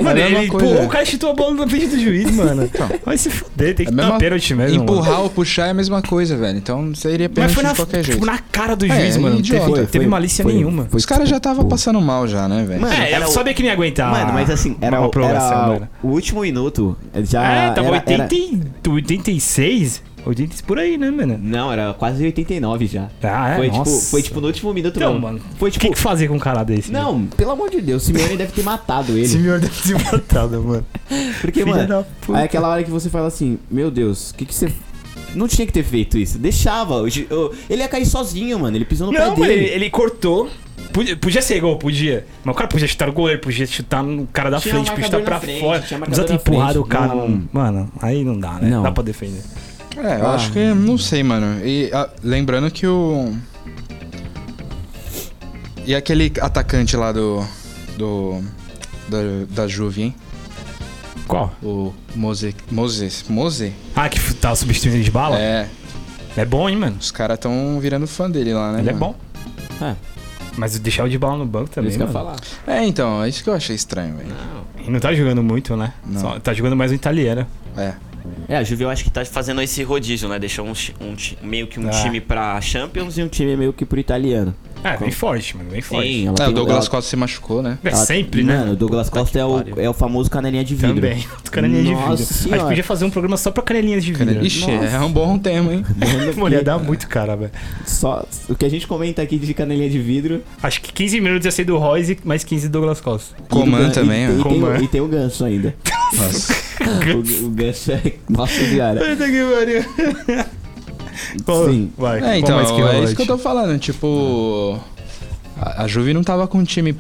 [SPEAKER 1] Mano,
[SPEAKER 2] É a mesma
[SPEAKER 1] ele
[SPEAKER 2] coisa.
[SPEAKER 1] empurrou, o cara chutou a bola na frente do juiz, mano.
[SPEAKER 3] Então.
[SPEAKER 1] Vai se fuder, tem
[SPEAKER 2] É
[SPEAKER 1] que
[SPEAKER 2] a
[SPEAKER 1] dar
[SPEAKER 2] mesma-
[SPEAKER 1] pênalti mesmo. mano.
[SPEAKER 2] Empurrar ou puxar é a mesma coisa, velho. Então seria
[SPEAKER 1] Mas
[SPEAKER 2] pênalti
[SPEAKER 1] foi na,
[SPEAKER 2] de qualquer
[SPEAKER 1] tipo,
[SPEAKER 2] jeito.
[SPEAKER 1] na cara do
[SPEAKER 2] É,
[SPEAKER 1] juiz, mano.
[SPEAKER 2] idiota.
[SPEAKER 1] Teve,
[SPEAKER 2] Foi,
[SPEAKER 1] teve malícia nenhuma.
[SPEAKER 2] Os caras
[SPEAKER 1] tipo,
[SPEAKER 2] já estavam passando mal já, né, velho?
[SPEAKER 3] Mano,
[SPEAKER 1] É,
[SPEAKER 3] era
[SPEAKER 1] eu
[SPEAKER 3] o-
[SPEAKER 1] sabia que não ia aguentar.
[SPEAKER 3] Mano, mas assim, era,
[SPEAKER 1] uma
[SPEAKER 3] o-
[SPEAKER 1] aprovação,
[SPEAKER 3] era
[SPEAKER 1] mano.
[SPEAKER 3] o último minuto. Já
[SPEAKER 1] É, tava
[SPEAKER 3] era,
[SPEAKER 1] 80,
[SPEAKER 3] era- Então,
[SPEAKER 1] e- 86, 80 por aí, né, mano?
[SPEAKER 3] Não, era quase 89 já.
[SPEAKER 1] Ah, é?
[SPEAKER 3] foi, tipo,
[SPEAKER 1] Nossa.
[SPEAKER 3] foi tipo no último minuto,
[SPEAKER 1] Então,
[SPEAKER 3] não.
[SPEAKER 1] mano,
[SPEAKER 3] Foi
[SPEAKER 1] O
[SPEAKER 3] tipo.
[SPEAKER 1] que, que fazer com um cara desse? [laughs] né?
[SPEAKER 3] Não, pelo amor de Deus, o Simeone deve ter matado
[SPEAKER 1] Esse
[SPEAKER 3] ele.
[SPEAKER 1] senhor deve ser matado, mano.
[SPEAKER 3] Porque,
[SPEAKER 1] Filha
[SPEAKER 3] mano,
[SPEAKER 1] da puta.
[SPEAKER 3] aí é aquela hora que você fala assim: Meu Deus, o que, que você. Não tinha que ter feito isso. Deixava. o Gi- o- Ele ia cair sozinho, mano. Ele pisou no
[SPEAKER 1] Não,
[SPEAKER 3] pé
[SPEAKER 1] mano,
[SPEAKER 3] dele.
[SPEAKER 1] ele, ele cortou. Podia, podia ser gol, podia. Mas o cara podia chutar o goleiro, podia chutar no cara da
[SPEAKER 3] Tinha
[SPEAKER 1] frente,
[SPEAKER 3] um
[SPEAKER 1] podia chutar
[SPEAKER 3] marcador
[SPEAKER 1] pra
[SPEAKER 3] na frente,
[SPEAKER 1] fora.
[SPEAKER 3] tinha
[SPEAKER 1] Não
[SPEAKER 3] um
[SPEAKER 1] precisa ter
[SPEAKER 3] marcador na
[SPEAKER 1] empurrado o
[SPEAKER 3] frente.
[SPEAKER 1] cara.
[SPEAKER 3] Não.
[SPEAKER 1] não- Mano, aí não dá, né?
[SPEAKER 3] Não.
[SPEAKER 1] Dá pra defender.
[SPEAKER 2] É, eu acho
[SPEAKER 1] ah.
[SPEAKER 2] que não sei, mano. E ah, lembrando que o e aquele atacante lá do do da, da Juve, hein?
[SPEAKER 1] Qual?
[SPEAKER 2] O Mose, Mose, Mose?
[SPEAKER 1] Ah, que f- tava substituindo ele de bala? É,
[SPEAKER 2] É,
[SPEAKER 1] bom, hein, mano?
[SPEAKER 2] os caras tão virando fã dele lá, né?
[SPEAKER 1] Ele é
[SPEAKER 2] mano?
[SPEAKER 1] bom.
[SPEAKER 3] É.
[SPEAKER 1] Mas deixar o de bala no banco também,
[SPEAKER 3] isso que eu ia
[SPEAKER 1] mano.
[SPEAKER 3] falar.
[SPEAKER 2] É, então, é isso que eu achei estranho, velho.
[SPEAKER 1] Ele não tá jogando muito, né?
[SPEAKER 2] Não.
[SPEAKER 1] Só- tá jogando mais um italiano.
[SPEAKER 2] É.
[SPEAKER 5] É, a Juve eu acho que tá fazendo esse rodízio, né? Deixou um, chi- um chi- meio que um
[SPEAKER 1] Ah.
[SPEAKER 5] time pra Champions
[SPEAKER 3] E
[SPEAKER 5] e
[SPEAKER 3] um time meio que por italiano.
[SPEAKER 1] É, bem forte, mano. Bem forte.
[SPEAKER 3] Sim, ela
[SPEAKER 2] Ah,
[SPEAKER 3] tem- um
[SPEAKER 2] o Douglas
[SPEAKER 3] ela-
[SPEAKER 2] Costa se machucou, né?
[SPEAKER 1] É
[SPEAKER 3] ela-
[SPEAKER 1] sempre, né?
[SPEAKER 3] Mano, o Douglas Costa é o,
[SPEAKER 5] pariu.
[SPEAKER 3] é o famoso canelinha de vidro. [laughs]
[SPEAKER 1] Também. [laughs] Os canelinhas de
[SPEAKER 3] Nossa
[SPEAKER 1] vidro. A gente
[SPEAKER 3] senhora.
[SPEAKER 1] podia fazer um programa só pra canelinhas de vidro.
[SPEAKER 2] Ixi, é um bom tema, hein?
[SPEAKER 1] Mano, ia dar muito cara, velho.
[SPEAKER 3] Só o que a gente comenta aqui de canelinha de vidro.
[SPEAKER 1] Acho que 15 minutos ia ser do Royce, mais 15 do Douglas Costa.
[SPEAKER 3] e do Gan-
[SPEAKER 2] Coman
[SPEAKER 3] e-
[SPEAKER 2] também,
[SPEAKER 3] e,
[SPEAKER 2] ó.
[SPEAKER 3] tem o-
[SPEAKER 1] Coman.
[SPEAKER 3] e tem o ganso ainda.
[SPEAKER 1] [laughs]
[SPEAKER 2] Nossa.
[SPEAKER 3] o, o ganso é. Nossa senhora.
[SPEAKER 1] Puta que pariu.
[SPEAKER 2] [laughs]
[SPEAKER 1] Qual-
[SPEAKER 3] Sim.
[SPEAKER 1] Vai, qual
[SPEAKER 2] É, então,
[SPEAKER 1] mais que
[SPEAKER 2] é
[SPEAKER 1] Royce?
[SPEAKER 2] isso que eu tô falando, tipo... A, a Juve não tava com um time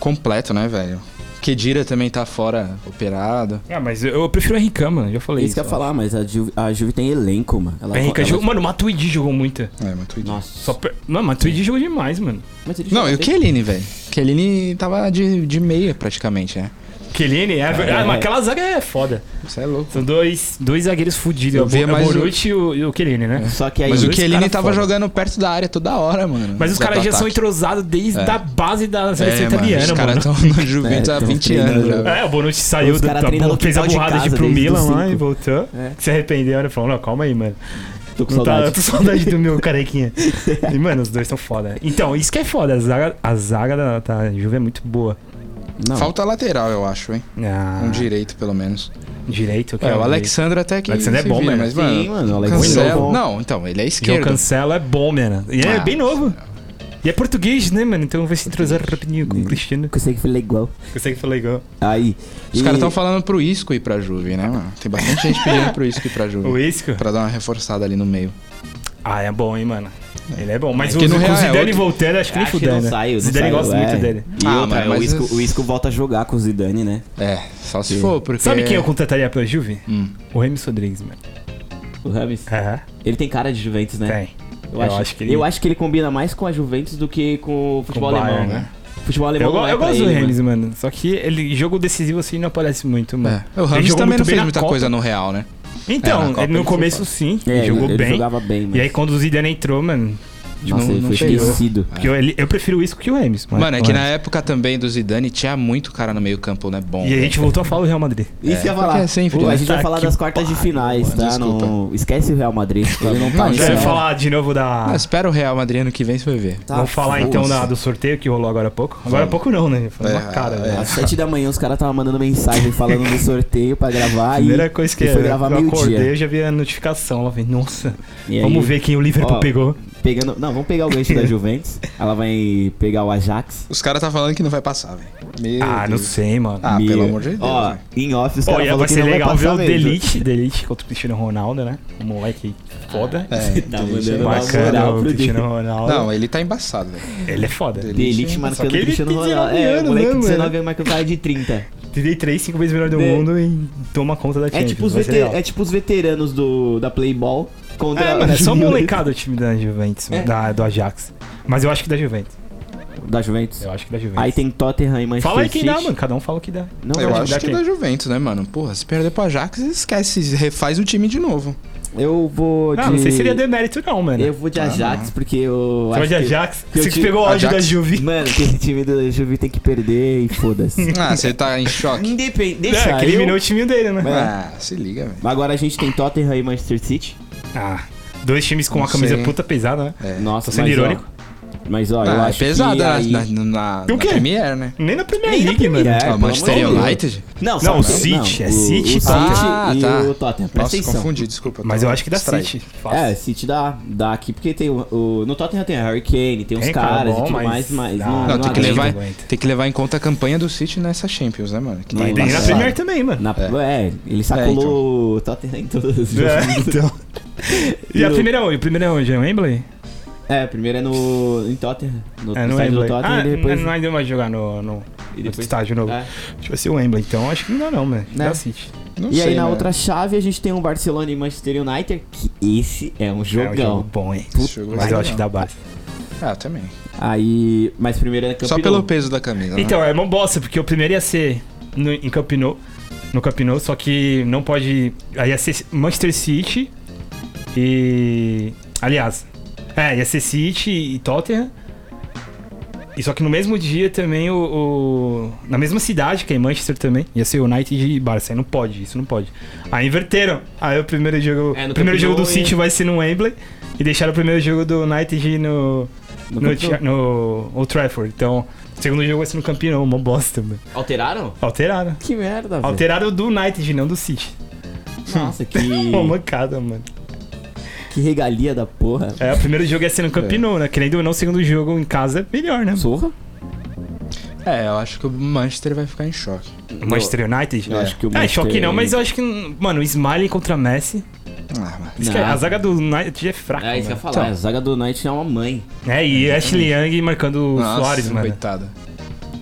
[SPEAKER 2] completo, né, velho? Kedira também tá fora, operado.
[SPEAKER 1] Ah, mas eu, eu prefiro o Henrique, mano. Já falei
[SPEAKER 3] É
[SPEAKER 2] É
[SPEAKER 3] Isso
[SPEAKER 1] isso. É
[SPEAKER 3] que eu ia falar, mas a Juve, a Juve tem elenco, mano. Ela,
[SPEAKER 1] Henrique
[SPEAKER 3] ela-
[SPEAKER 1] jogou... Mano, o Matuidi jogou muito.
[SPEAKER 2] É, muito idiota.
[SPEAKER 3] Nossa.
[SPEAKER 1] Só per... Mano, o Matuidi jogou demais, mano.
[SPEAKER 3] Mas ele
[SPEAKER 2] Não,
[SPEAKER 3] joga
[SPEAKER 2] e o
[SPEAKER 3] bem.
[SPEAKER 2] Kelini, velho? Kelini tava de, de meia, praticamente, né?
[SPEAKER 1] Kelini é... ver- Ah, mas aquela zaga é foda.
[SPEAKER 2] Isso é louco.
[SPEAKER 1] São dois, dois zagueiros fudidos.
[SPEAKER 2] Eu
[SPEAKER 1] É o
[SPEAKER 2] vi
[SPEAKER 1] Bo- é o
[SPEAKER 2] mais o- É.
[SPEAKER 1] Borucci e o- e o Kelini, né?
[SPEAKER 3] Só que aí.
[SPEAKER 2] Mas o
[SPEAKER 1] dois
[SPEAKER 2] Kelini
[SPEAKER 1] cara
[SPEAKER 2] tava
[SPEAKER 1] foda.
[SPEAKER 2] jogando perto da área toda hora, mano.
[SPEAKER 1] Mas os
[SPEAKER 2] da-
[SPEAKER 1] caras
[SPEAKER 2] do
[SPEAKER 1] já são
[SPEAKER 2] ataque.
[SPEAKER 1] entrosados desde
[SPEAKER 2] É.
[SPEAKER 1] a base da seleção
[SPEAKER 2] É, mano,
[SPEAKER 1] italiana,
[SPEAKER 2] os
[SPEAKER 1] mano.
[SPEAKER 2] caras tão no Juventus
[SPEAKER 3] É,
[SPEAKER 2] há
[SPEAKER 3] tão
[SPEAKER 2] 20 anos,
[SPEAKER 3] treinando.
[SPEAKER 2] né?
[SPEAKER 1] É, o Bonucci saiu,
[SPEAKER 3] Os
[SPEAKER 1] do,
[SPEAKER 3] cara
[SPEAKER 1] da-
[SPEAKER 3] treinam no
[SPEAKER 1] fez a
[SPEAKER 3] quintal de
[SPEAKER 1] burrada de,
[SPEAKER 3] casa
[SPEAKER 1] pro
[SPEAKER 3] desde
[SPEAKER 1] Milan
[SPEAKER 3] os
[SPEAKER 1] lá e
[SPEAKER 3] cinco.
[SPEAKER 1] voltou.
[SPEAKER 3] É.
[SPEAKER 1] Se arrependeu, né? Falou, não, calma aí, mano.
[SPEAKER 3] Tô com
[SPEAKER 1] Não tá, eu
[SPEAKER 3] saudade.
[SPEAKER 1] tô saudade do
[SPEAKER 3] [laughs]
[SPEAKER 1] meu carequinha. E, mano, os dois são foda. Então, isso que é foda. A zaga, a zaga da, da Juve é muito boa. tá-
[SPEAKER 3] Não.
[SPEAKER 2] Falta lateral, eu acho, hein?
[SPEAKER 1] Ah,
[SPEAKER 2] Um direito, pelo menos.
[SPEAKER 1] direito. que
[SPEAKER 2] É, o
[SPEAKER 1] um
[SPEAKER 2] Alexandre até que.
[SPEAKER 1] O Alexandre é
[SPEAKER 2] se
[SPEAKER 1] bom,
[SPEAKER 2] vira,
[SPEAKER 1] mano.
[SPEAKER 2] Mas,
[SPEAKER 3] Sim,
[SPEAKER 2] mano,
[SPEAKER 3] mano, o Alexandre é
[SPEAKER 2] Cancelo.
[SPEAKER 3] bom.
[SPEAKER 2] Não, então, ele é
[SPEAKER 1] direito. João
[SPEAKER 2] esquerdo.
[SPEAKER 1] Cancelo é bom, mano. E é
[SPEAKER 2] Ah,
[SPEAKER 1] bem novo. E é português, né, mano? Então vai se entrosar rapidinho com o Cristiano.
[SPEAKER 3] Consegue falar é igual.
[SPEAKER 1] Consegue falar igual.
[SPEAKER 3] Aí.
[SPEAKER 2] Os
[SPEAKER 3] e-
[SPEAKER 2] caras estão falando pro Isco ir pra Juve, né, mano? Tem bastante gente pedindo pro Isco ir pra Juve.
[SPEAKER 1] [laughs] O Isco?
[SPEAKER 2] Pra dar uma reforçada ali no meio.
[SPEAKER 1] Ah, é bom, hein, mano. Ele é bom. Mas o,
[SPEAKER 2] Porque no
[SPEAKER 1] com o
[SPEAKER 2] Real é
[SPEAKER 1] Zidane
[SPEAKER 2] outro.
[SPEAKER 1] voltando, acho que nem
[SPEAKER 3] Acho que não
[SPEAKER 1] fudendo.
[SPEAKER 3] saiu. não
[SPEAKER 1] né? Zidane
[SPEAKER 3] saiu,
[SPEAKER 1] gosta
[SPEAKER 3] é.
[SPEAKER 1] muito dele.
[SPEAKER 3] E
[SPEAKER 2] Ah,
[SPEAKER 3] outra,
[SPEAKER 2] mas-
[SPEAKER 3] o, Isco, o Isco volta a jogar com o Zidane, né?
[SPEAKER 2] É, só se for, porque...
[SPEAKER 1] Sabe quem é eu contrataria pra Juve?
[SPEAKER 2] Hum.
[SPEAKER 1] O Remis Rodrigues, mano.
[SPEAKER 3] O Rames.
[SPEAKER 1] Aham.
[SPEAKER 3] Ele tem cara de Juventus, né?
[SPEAKER 1] É. Tem. Eu acho que ele-
[SPEAKER 3] eu acho que ele combina mais com a Juventus do que com o futebol
[SPEAKER 1] Com o
[SPEAKER 3] alemão,
[SPEAKER 1] Bayern,
[SPEAKER 3] né? Futebol alemão
[SPEAKER 1] Eu, go-
[SPEAKER 3] não é
[SPEAKER 1] eu
[SPEAKER 3] pra
[SPEAKER 1] gosto do
[SPEAKER 3] ele,
[SPEAKER 1] Remis, mano. Só que ele, jogo decisivo assim não aparece muito, mano.
[SPEAKER 2] É. O
[SPEAKER 1] Ele
[SPEAKER 2] Ramos
[SPEAKER 1] jogou
[SPEAKER 2] também
[SPEAKER 1] muito bem
[SPEAKER 2] não fez
[SPEAKER 1] na
[SPEAKER 2] muita
[SPEAKER 1] Copa.
[SPEAKER 2] coisa no Real, né?
[SPEAKER 1] Então,
[SPEAKER 2] É, na Copa
[SPEAKER 1] ele no
[SPEAKER 2] ele
[SPEAKER 1] começo sim,
[SPEAKER 3] mano. É,
[SPEAKER 1] ele jogou
[SPEAKER 3] ele
[SPEAKER 1] bem.
[SPEAKER 3] jogava bem, mano.
[SPEAKER 1] E aí quando o Zidane entrou, mano,
[SPEAKER 2] Tipo,
[SPEAKER 3] Nossa, ele foi
[SPEAKER 1] né?
[SPEAKER 2] chegou.
[SPEAKER 3] esquecido.
[SPEAKER 1] Porque eu, ele- eu prefiro isso que o Emes. mas-
[SPEAKER 2] Mano, é que
[SPEAKER 1] mas-
[SPEAKER 2] na época também do Zidane tinha muito cara no meio campo, né? Bom.
[SPEAKER 1] E a gente voltou a falar do Real Madrid.
[SPEAKER 3] Isso que eu ia falar.
[SPEAKER 2] porque é sempre,
[SPEAKER 3] Pô,
[SPEAKER 2] né?
[SPEAKER 3] A gente vai
[SPEAKER 1] Tá
[SPEAKER 3] falar
[SPEAKER 1] que
[SPEAKER 3] das quartas de finais,
[SPEAKER 2] mano.
[SPEAKER 3] tá?
[SPEAKER 2] Desculpa.
[SPEAKER 3] Não... Esquece o Real Madrid. Ele não tá
[SPEAKER 2] Não,
[SPEAKER 3] nisso,
[SPEAKER 1] Já ia
[SPEAKER 2] é.
[SPEAKER 3] né?
[SPEAKER 1] falar de novo da.
[SPEAKER 2] Ah, espera o Real Madrid ano que vem, você vai ver.
[SPEAKER 3] Tá,
[SPEAKER 1] Vamos falar
[SPEAKER 3] foda-se.
[SPEAKER 1] então da- do sorteio que rolou agora há pouco. Agora há pouco não, né? Foi uma
[SPEAKER 2] É,
[SPEAKER 1] cara.
[SPEAKER 2] é.
[SPEAKER 1] né?
[SPEAKER 3] Às 7 da manhã os caras estavam mandando mensagem falando do sorteio pra gravar.
[SPEAKER 1] Primeira
[SPEAKER 3] e,
[SPEAKER 1] coisa que é,
[SPEAKER 3] e foi
[SPEAKER 1] eu
[SPEAKER 3] gravar
[SPEAKER 1] eu acordei,
[SPEAKER 3] meio-dia.
[SPEAKER 1] eu já vi a notificação. Ela vem, nossa,
[SPEAKER 3] E
[SPEAKER 1] vamos
[SPEAKER 3] aí,
[SPEAKER 1] ver quem o Liverpool
[SPEAKER 3] Ó,
[SPEAKER 1] pegou.
[SPEAKER 3] Pegando... Não, vamos pegar o gancho da Juventus. Ela vai pegar o Ajax.
[SPEAKER 2] Os caras tá falando que não vai passar, velho. Meu
[SPEAKER 1] Ah, não
[SPEAKER 2] Deus.
[SPEAKER 1] sei, mano.
[SPEAKER 2] Ah,
[SPEAKER 3] Meu-
[SPEAKER 2] pelo amor de Deus.
[SPEAKER 3] Ó,
[SPEAKER 2] velho.
[SPEAKER 3] em off os
[SPEAKER 1] Pô,
[SPEAKER 3] caras
[SPEAKER 1] ia
[SPEAKER 3] falaram
[SPEAKER 1] vai
[SPEAKER 3] que
[SPEAKER 1] ser
[SPEAKER 3] não vai
[SPEAKER 1] legal ver
[SPEAKER 3] passar
[SPEAKER 1] o
[SPEAKER 3] mesmo.
[SPEAKER 1] Delete, Delete contra o Cristiano Ronaldo, né? O moleque foda. [laughs]
[SPEAKER 2] É,
[SPEAKER 3] Tá
[SPEAKER 2] Delete
[SPEAKER 3] mandando uma
[SPEAKER 1] Bacana
[SPEAKER 3] moral
[SPEAKER 1] o
[SPEAKER 3] pro
[SPEAKER 1] Cristiano
[SPEAKER 3] Delete. é
[SPEAKER 1] Ronaldo.
[SPEAKER 2] Não, ele tá embaçado, velho.
[SPEAKER 1] ele é foda.
[SPEAKER 2] Delete.
[SPEAKER 3] Delete marcando
[SPEAKER 1] que ele
[SPEAKER 3] Cristiano
[SPEAKER 1] tem
[SPEAKER 3] Ronaldo.
[SPEAKER 1] 19
[SPEAKER 3] É, o
[SPEAKER 1] anos,
[SPEAKER 3] moleque
[SPEAKER 1] né,
[SPEAKER 3] de
[SPEAKER 1] mano?
[SPEAKER 3] 19 anos marca um cara de
[SPEAKER 1] [laughs]
[SPEAKER 3] 30.
[SPEAKER 1] Tirei três, cinco vezes melhor do
[SPEAKER 3] É.
[SPEAKER 1] mundo e toma conta da
[SPEAKER 3] É
[SPEAKER 1] Champions.
[SPEAKER 3] tipo, os
[SPEAKER 1] vai ser
[SPEAKER 3] veter-
[SPEAKER 1] legal.
[SPEAKER 3] é tipo os veteranos do, da Playball contra
[SPEAKER 1] É, mano, é só
[SPEAKER 3] da-
[SPEAKER 1] molecada o time da Juventus,
[SPEAKER 3] É.
[SPEAKER 1] da, do Ajax. Mas eu acho que da Juventus.
[SPEAKER 3] Da Juventus.
[SPEAKER 1] Eu acho que da Juventus.
[SPEAKER 3] Aí tem Tottenham e Manchester
[SPEAKER 1] Fala aí quem dá,
[SPEAKER 3] City.
[SPEAKER 1] mano. Cada um fala o que dá.
[SPEAKER 3] Não,
[SPEAKER 2] Eu
[SPEAKER 3] mas
[SPEAKER 2] acho
[SPEAKER 1] dá
[SPEAKER 2] que
[SPEAKER 1] quem?
[SPEAKER 2] da Juventus, né, mano? Porra, se perder pro Ajax, esquece, refaz o time de novo.
[SPEAKER 3] Eu vou de...
[SPEAKER 1] Não, não sei se ele é demérito, não, mano.
[SPEAKER 3] Eu vou de
[SPEAKER 2] Ah,
[SPEAKER 3] Ajax,
[SPEAKER 2] não.
[SPEAKER 3] porque eu
[SPEAKER 1] Você vai de
[SPEAKER 3] que-
[SPEAKER 1] Ajax,
[SPEAKER 3] que eu
[SPEAKER 1] você que
[SPEAKER 3] tive-
[SPEAKER 1] pegou o áudio da
[SPEAKER 2] Ajax.
[SPEAKER 1] Juve.
[SPEAKER 3] Mano, que esse time do Juve tem que perder
[SPEAKER 1] [laughs]
[SPEAKER 3] e foda-se.
[SPEAKER 2] Ah, [laughs] você tá em
[SPEAKER 3] [laughs]
[SPEAKER 2] choque.
[SPEAKER 3] Independente,
[SPEAKER 1] É, que eliminou o time dele,
[SPEAKER 3] É.
[SPEAKER 1] né?
[SPEAKER 2] Ah, se liga, velho.
[SPEAKER 3] Agora a gente tem Tottenham e Manchester City.
[SPEAKER 1] Ah, dois times com uma
[SPEAKER 2] Não
[SPEAKER 1] camisa
[SPEAKER 2] sei.
[SPEAKER 1] puta pesada, né?
[SPEAKER 2] É.
[SPEAKER 3] Nossa,
[SPEAKER 1] Tô sendo
[SPEAKER 3] mas, ó,
[SPEAKER 1] irônico.
[SPEAKER 3] mas ó, eu
[SPEAKER 2] Ah, é
[SPEAKER 3] acho que
[SPEAKER 2] pesada
[SPEAKER 3] aí...
[SPEAKER 2] na, na, na,
[SPEAKER 1] E o
[SPEAKER 2] na
[SPEAKER 1] quê?
[SPEAKER 2] Premier, né?
[SPEAKER 1] Nem na Premier
[SPEAKER 3] Nem na
[SPEAKER 1] League, mano.
[SPEAKER 3] Premier. É,
[SPEAKER 2] Ah,
[SPEAKER 3] pelo
[SPEAKER 2] Manchester
[SPEAKER 3] amor de
[SPEAKER 2] United?
[SPEAKER 3] Não,
[SPEAKER 1] Não,
[SPEAKER 3] só-
[SPEAKER 1] o City, é City,
[SPEAKER 3] o- o City
[SPEAKER 2] tá?
[SPEAKER 3] e
[SPEAKER 2] Ah,
[SPEAKER 3] o
[SPEAKER 2] tá.
[SPEAKER 3] Tottenham.
[SPEAKER 2] Nossa,
[SPEAKER 3] Presta atenção.
[SPEAKER 2] confundi, desculpa.
[SPEAKER 1] Mas eu acho que dá
[SPEAKER 2] distraído.
[SPEAKER 1] City. Fácil.
[SPEAKER 3] É, City dá, dá aqui, porque tem o, o- No Tottenham tem a Harry Kane, tem uns
[SPEAKER 1] Tem, cara,
[SPEAKER 3] caras
[SPEAKER 1] bom,
[SPEAKER 3] e tudo
[SPEAKER 1] mas-
[SPEAKER 3] mais, mas.
[SPEAKER 1] Ah,
[SPEAKER 3] não,
[SPEAKER 2] Não,
[SPEAKER 3] não
[SPEAKER 2] tem, que
[SPEAKER 3] aguenta.
[SPEAKER 2] levar,
[SPEAKER 1] aguenta.
[SPEAKER 2] tem que levar em conta a campanha do City nessa Champions, né, mano? Que
[SPEAKER 3] Não,
[SPEAKER 1] E tem na
[SPEAKER 3] embaçado.
[SPEAKER 1] Premier também, mano.
[SPEAKER 3] Na- é. ele sacolou o Tottenham em todos os jogos.
[SPEAKER 1] É,
[SPEAKER 3] [laughs]
[SPEAKER 1] então. E a
[SPEAKER 3] Eu-
[SPEAKER 1] primeira onde? A primeira é onde? É o Wembley?
[SPEAKER 3] É, primeiro é no. em Tottenham. No
[SPEAKER 1] É, no
[SPEAKER 3] estádio do
[SPEAKER 1] Wembley.
[SPEAKER 3] Tottenham
[SPEAKER 1] Ah,
[SPEAKER 3] e depois.
[SPEAKER 1] não, não deu mais jogar no, no
[SPEAKER 3] e
[SPEAKER 1] outro
[SPEAKER 3] depois
[SPEAKER 1] estádio novo.
[SPEAKER 3] É.
[SPEAKER 1] Acho que vai ser o Wembley, então acho que não dá não, mano.
[SPEAKER 3] Né?
[SPEAKER 1] Dá City.
[SPEAKER 2] Não
[SPEAKER 3] E aí
[SPEAKER 2] sei,
[SPEAKER 3] na
[SPEAKER 2] né?
[SPEAKER 3] outra chave a gente tem um Barcelona e Manchester United, que esse é um
[SPEAKER 1] É um jogo
[SPEAKER 3] jogão.
[SPEAKER 1] bom, hein?
[SPEAKER 2] Esse jogo vai
[SPEAKER 1] Mas
[SPEAKER 2] ser
[SPEAKER 1] eu acho que
[SPEAKER 2] legal.
[SPEAKER 1] dá base.
[SPEAKER 2] Ah, também.
[SPEAKER 3] Aí. Mas primeiro é campeão.
[SPEAKER 2] Só pelo peso da camisa. né?
[SPEAKER 1] Então, é uma bosta, porque o primeiro ia ser no, em Camp Nou, no Camp Nou, só que não pode... Aí ia ser Manchester City e... Aliás, é, ia ser City e Tottenham. E só que no mesmo dia também o, o- Na mesma cidade, que é em Manchester também, ia ser United e Barça. Aí não pode, isso não pode. Aí inverteram. Aí o primeiro jogo.
[SPEAKER 3] É,
[SPEAKER 1] o
[SPEAKER 3] no
[SPEAKER 1] primeiro
[SPEAKER 3] Camp
[SPEAKER 1] jogo do
[SPEAKER 3] Nou e-
[SPEAKER 1] City vai ser no Wembley. E deixaram o primeiro jogo do United no. No,
[SPEAKER 3] No Camp Nou.
[SPEAKER 1] Thi- no Old Trafford. Então, o segundo jogo vai ser no Campeão, uma bosta, mano.
[SPEAKER 3] Alteraram?
[SPEAKER 1] Alteraram.
[SPEAKER 3] Que merda, velho.
[SPEAKER 1] Alteraram do United, não do City.
[SPEAKER 3] Nossa, que.
[SPEAKER 1] Uma mancada, mano.
[SPEAKER 3] que regalia da porra.
[SPEAKER 1] É, o primeiro jogo ia ser no Camp
[SPEAKER 2] É.
[SPEAKER 1] Nou, né? Querendo ou não, o segundo jogo em casa é melhor, né?
[SPEAKER 3] Sorra?
[SPEAKER 2] É, eu acho que o Manchester vai ficar em choque.
[SPEAKER 1] Manchester United?
[SPEAKER 2] É.
[SPEAKER 3] Eu acho que o
[SPEAKER 1] Ah, choque
[SPEAKER 3] Manchester-
[SPEAKER 1] não, mas eu acho que. Mano, o Smiley contra Messi.
[SPEAKER 2] Ah, mas...
[SPEAKER 1] Isso que é-
[SPEAKER 3] Não.
[SPEAKER 1] a zaga do United é fraca.
[SPEAKER 3] É isso que eu ia
[SPEAKER 1] mano.
[SPEAKER 2] Então.
[SPEAKER 3] falar. a zaga do Knight é uma mãe.
[SPEAKER 1] É, e Ashley Young marcando o
[SPEAKER 2] Nossa,
[SPEAKER 1] Soares, mano.
[SPEAKER 2] Coitada.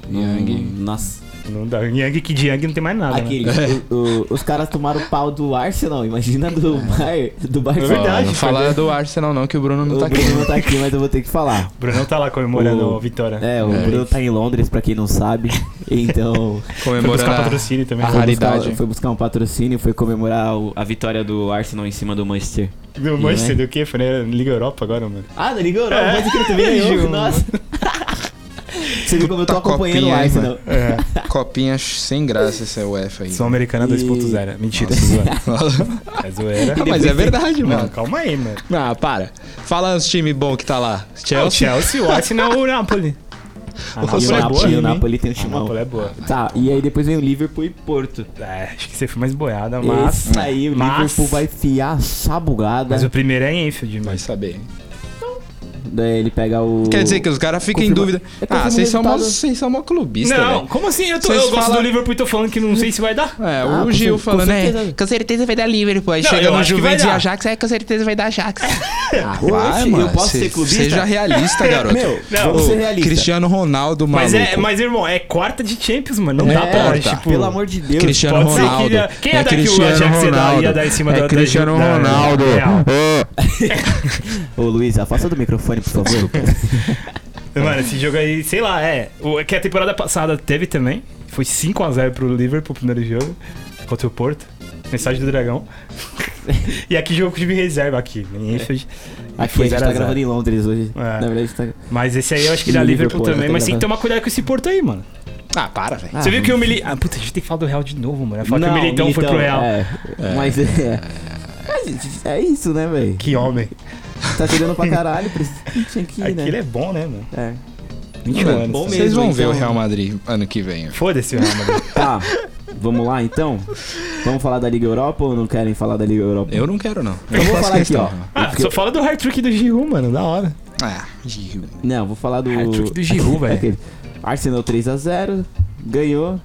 [SPEAKER 3] Hum,
[SPEAKER 2] Yang.
[SPEAKER 3] Nossa.
[SPEAKER 1] Não dá. Young que de Young não tem mais nada. Né?
[SPEAKER 3] Aquele, o- o- os caras tomaram o pau do Arsenal, imagina do, Bar, do
[SPEAKER 1] É
[SPEAKER 3] Barcelona.
[SPEAKER 1] verdade,
[SPEAKER 2] não fala do Arsenal não, que o Bruno não
[SPEAKER 3] O
[SPEAKER 2] tá aqui.
[SPEAKER 3] Bruno não tá aqui, mas eu vou ter que falar.
[SPEAKER 1] O Brunão tá lá comemorando
[SPEAKER 3] O-
[SPEAKER 1] a vitória.
[SPEAKER 3] É, o
[SPEAKER 2] É.
[SPEAKER 3] Bruno tá em Londres, pra quem não sabe. Então,
[SPEAKER 1] Foi
[SPEAKER 2] Comemorando
[SPEAKER 1] buscar
[SPEAKER 2] [laughs] a-
[SPEAKER 1] patrocínio também.
[SPEAKER 2] a
[SPEAKER 3] foi
[SPEAKER 2] raridade.
[SPEAKER 3] buscar, foi buscar um patrocínio, foi comemorar o- a vitória do Arsenal em cima do Manchester.
[SPEAKER 1] Do Manchester, do que? Foi na Liga Europa agora, mano.
[SPEAKER 3] Ah, da Liga Europa,
[SPEAKER 1] É.
[SPEAKER 3] pode crer,
[SPEAKER 1] [laughs]
[SPEAKER 3] também
[SPEAKER 1] Ele
[SPEAKER 3] ganhou,
[SPEAKER 1] jogou.
[SPEAKER 3] nossa. Você viu como eu tô
[SPEAKER 2] Puta
[SPEAKER 3] acompanhando
[SPEAKER 2] Tá copinha,
[SPEAKER 3] o
[SPEAKER 2] hein,
[SPEAKER 3] Arsenal.
[SPEAKER 1] É.
[SPEAKER 2] Copinha sem graça essa UEFA aí.
[SPEAKER 1] [laughs]
[SPEAKER 2] [laughs]
[SPEAKER 1] Sul-Americana
[SPEAKER 3] E-
[SPEAKER 1] 2.0. Mentira, tô zoando. É zoeira.
[SPEAKER 2] Ah, mas é verdade,
[SPEAKER 1] Não,
[SPEAKER 2] mano.
[SPEAKER 1] calma aí, mano.
[SPEAKER 2] Ah, para. Fala os time bom que tá lá.
[SPEAKER 1] É o
[SPEAKER 2] Chelsea.
[SPEAKER 1] Chelsea, o Arsenal o Napoli. A Napoli
[SPEAKER 2] Nossa,
[SPEAKER 3] Ah, E o
[SPEAKER 1] é boa.
[SPEAKER 3] Napoli, o
[SPEAKER 2] time, hein?
[SPEAKER 3] Napoli tem um
[SPEAKER 1] A
[SPEAKER 3] timão.
[SPEAKER 1] Napoli é boa.
[SPEAKER 3] Tá, e aí depois vem o Liverpool e Porto.
[SPEAKER 1] É, acho que você foi mais boiada, mas...
[SPEAKER 3] Esse aí, o
[SPEAKER 1] mas-
[SPEAKER 3] Liverpool vai fiar a sabugada.
[SPEAKER 1] Mas o primeiro é em Enfield,
[SPEAKER 2] Vai
[SPEAKER 1] mas...
[SPEAKER 2] saber.
[SPEAKER 3] Daí ele pega o.
[SPEAKER 2] Quer dizer que os caras ficam em
[SPEAKER 3] Confirma-
[SPEAKER 2] dúvida.
[SPEAKER 3] Eu confirmo
[SPEAKER 2] Ah,
[SPEAKER 3] o
[SPEAKER 2] vocês são, mó,
[SPEAKER 3] resultado.
[SPEAKER 2] vocês são mó clubistas,
[SPEAKER 1] Não,
[SPEAKER 2] velho.
[SPEAKER 1] como assim? Eu, tô,
[SPEAKER 2] Vocês
[SPEAKER 1] eu gosto
[SPEAKER 2] falam-
[SPEAKER 1] do Liverpool e tô falando que não sei se vai dar.
[SPEAKER 2] É,
[SPEAKER 3] Ah, com
[SPEAKER 2] o Gil
[SPEAKER 3] cer-
[SPEAKER 2] falando,
[SPEAKER 3] com
[SPEAKER 2] né?
[SPEAKER 3] certeza.
[SPEAKER 2] Com certeza vai dar Liverpool. Aí
[SPEAKER 1] Não,
[SPEAKER 2] chega
[SPEAKER 1] eu
[SPEAKER 2] no
[SPEAKER 1] acho que vai
[SPEAKER 2] Juventus e
[SPEAKER 1] dar.
[SPEAKER 2] Ajax, é com certeza vai dar
[SPEAKER 3] [laughs]
[SPEAKER 2] Ajax.
[SPEAKER 3] Ah,
[SPEAKER 2] Vai,
[SPEAKER 3] oxe,
[SPEAKER 2] mano.
[SPEAKER 3] Eu posso
[SPEAKER 2] se-
[SPEAKER 3] ser clubista?
[SPEAKER 2] Seja realista, garoto.
[SPEAKER 3] [laughs] Meu,
[SPEAKER 1] Não,
[SPEAKER 3] vamos
[SPEAKER 1] o
[SPEAKER 3] ser realista.
[SPEAKER 2] Cristiano Ronaldo, maluco.
[SPEAKER 1] Mas, é, mas, irmão, é quarta de Champions, mano. Não
[SPEAKER 2] É,
[SPEAKER 1] dá pra,
[SPEAKER 2] tá.
[SPEAKER 1] tipo...
[SPEAKER 3] Pelo amor de Deus.
[SPEAKER 2] Cristiano
[SPEAKER 1] Pode ser que
[SPEAKER 2] Ronaldo.
[SPEAKER 1] ia- quem ia
[SPEAKER 2] é
[SPEAKER 1] dar que o
[SPEAKER 2] Cristiano
[SPEAKER 1] Ajax ia dar-
[SPEAKER 2] Ronaldo.
[SPEAKER 1] ia dar em cima
[SPEAKER 2] é
[SPEAKER 1] da- da-
[SPEAKER 2] Cristiano
[SPEAKER 1] da-
[SPEAKER 2] Ronaldo.
[SPEAKER 1] Real.
[SPEAKER 3] Ô, Luiz, afasta do microfone, por favor.
[SPEAKER 1] Mano, esse jogo aí, sei lá, é. O, é que a temporada passada teve também. Foi 5x0 pro Liverpool, o primeiro jogo. Contra o Porto. Mensagem do Dragão. [laughs] E aqui jogo de reserva aqui. em Enfield.
[SPEAKER 3] É. Aqui
[SPEAKER 1] Foi
[SPEAKER 3] a gente
[SPEAKER 1] zero
[SPEAKER 3] tá
[SPEAKER 1] a zero.
[SPEAKER 3] gravando em Londres hoje.
[SPEAKER 1] É.
[SPEAKER 3] Na verdade, a gente tá...
[SPEAKER 1] Mas esse aí eu acho que dá Liverpool
[SPEAKER 3] Liverpool,
[SPEAKER 1] também,
[SPEAKER 3] tá
[SPEAKER 1] mas tem que
[SPEAKER 3] gravando.
[SPEAKER 1] tomar cuidado com esse Porto aí, mano.
[SPEAKER 2] Ah, para, velho.
[SPEAKER 3] Ah,
[SPEAKER 1] Você viu que o Militão... Ah, puta, a gente tem que falar do Real de novo, mano. Falar que o
[SPEAKER 3] Não,
[SPEAKER 1] Militão foi pro Real.
[SPEAKER 3] É, Mas é... Mas é isso, né, velho?
[SPEAKER 1] Que homem.
[SPEAKER 3] Tá jogando pra caralho, precisa- tinha que ir, né?
[SPEAKER 1] Aquele é bom, né, mano?
[SPEAKER 3] É.
[SPEAKER 1] 21 anos.
[SPEAKER 3] bom
[SPEAKER 2] Vocês
[SPEAKER 3] mesmo,
[SPEAKER 2] vão ver o
[SPEAKER 3] então.
[SPEAKER 2] Real Madrid ano que vem. ó.
[SPEAKER 1] Foda-se o Real Madrid.
[SPEAKER 3] Tá, vamos lá então? Vamos falar da Liga Europa ou não querem falar da Liga Europa?
[SPEAKER 2] Eu não quero, não.
[SPEAKER 3] Eu vou falar aqui, ó.
[SPEAKER 1] Ah,
[SPEAKER 3] Porque-
[SPEAKER 1] só fala do hard trick do Giroud, mano. Da hora.
[SPEAKER 2] Ah, Giroud.
[SPEAKER 3] Não, vou falar do.
[SPEAKER 1] Hat-trick é do Giroud, velho.
[SPEAKER 3] Aquele. Arsenal 3x0, ganhou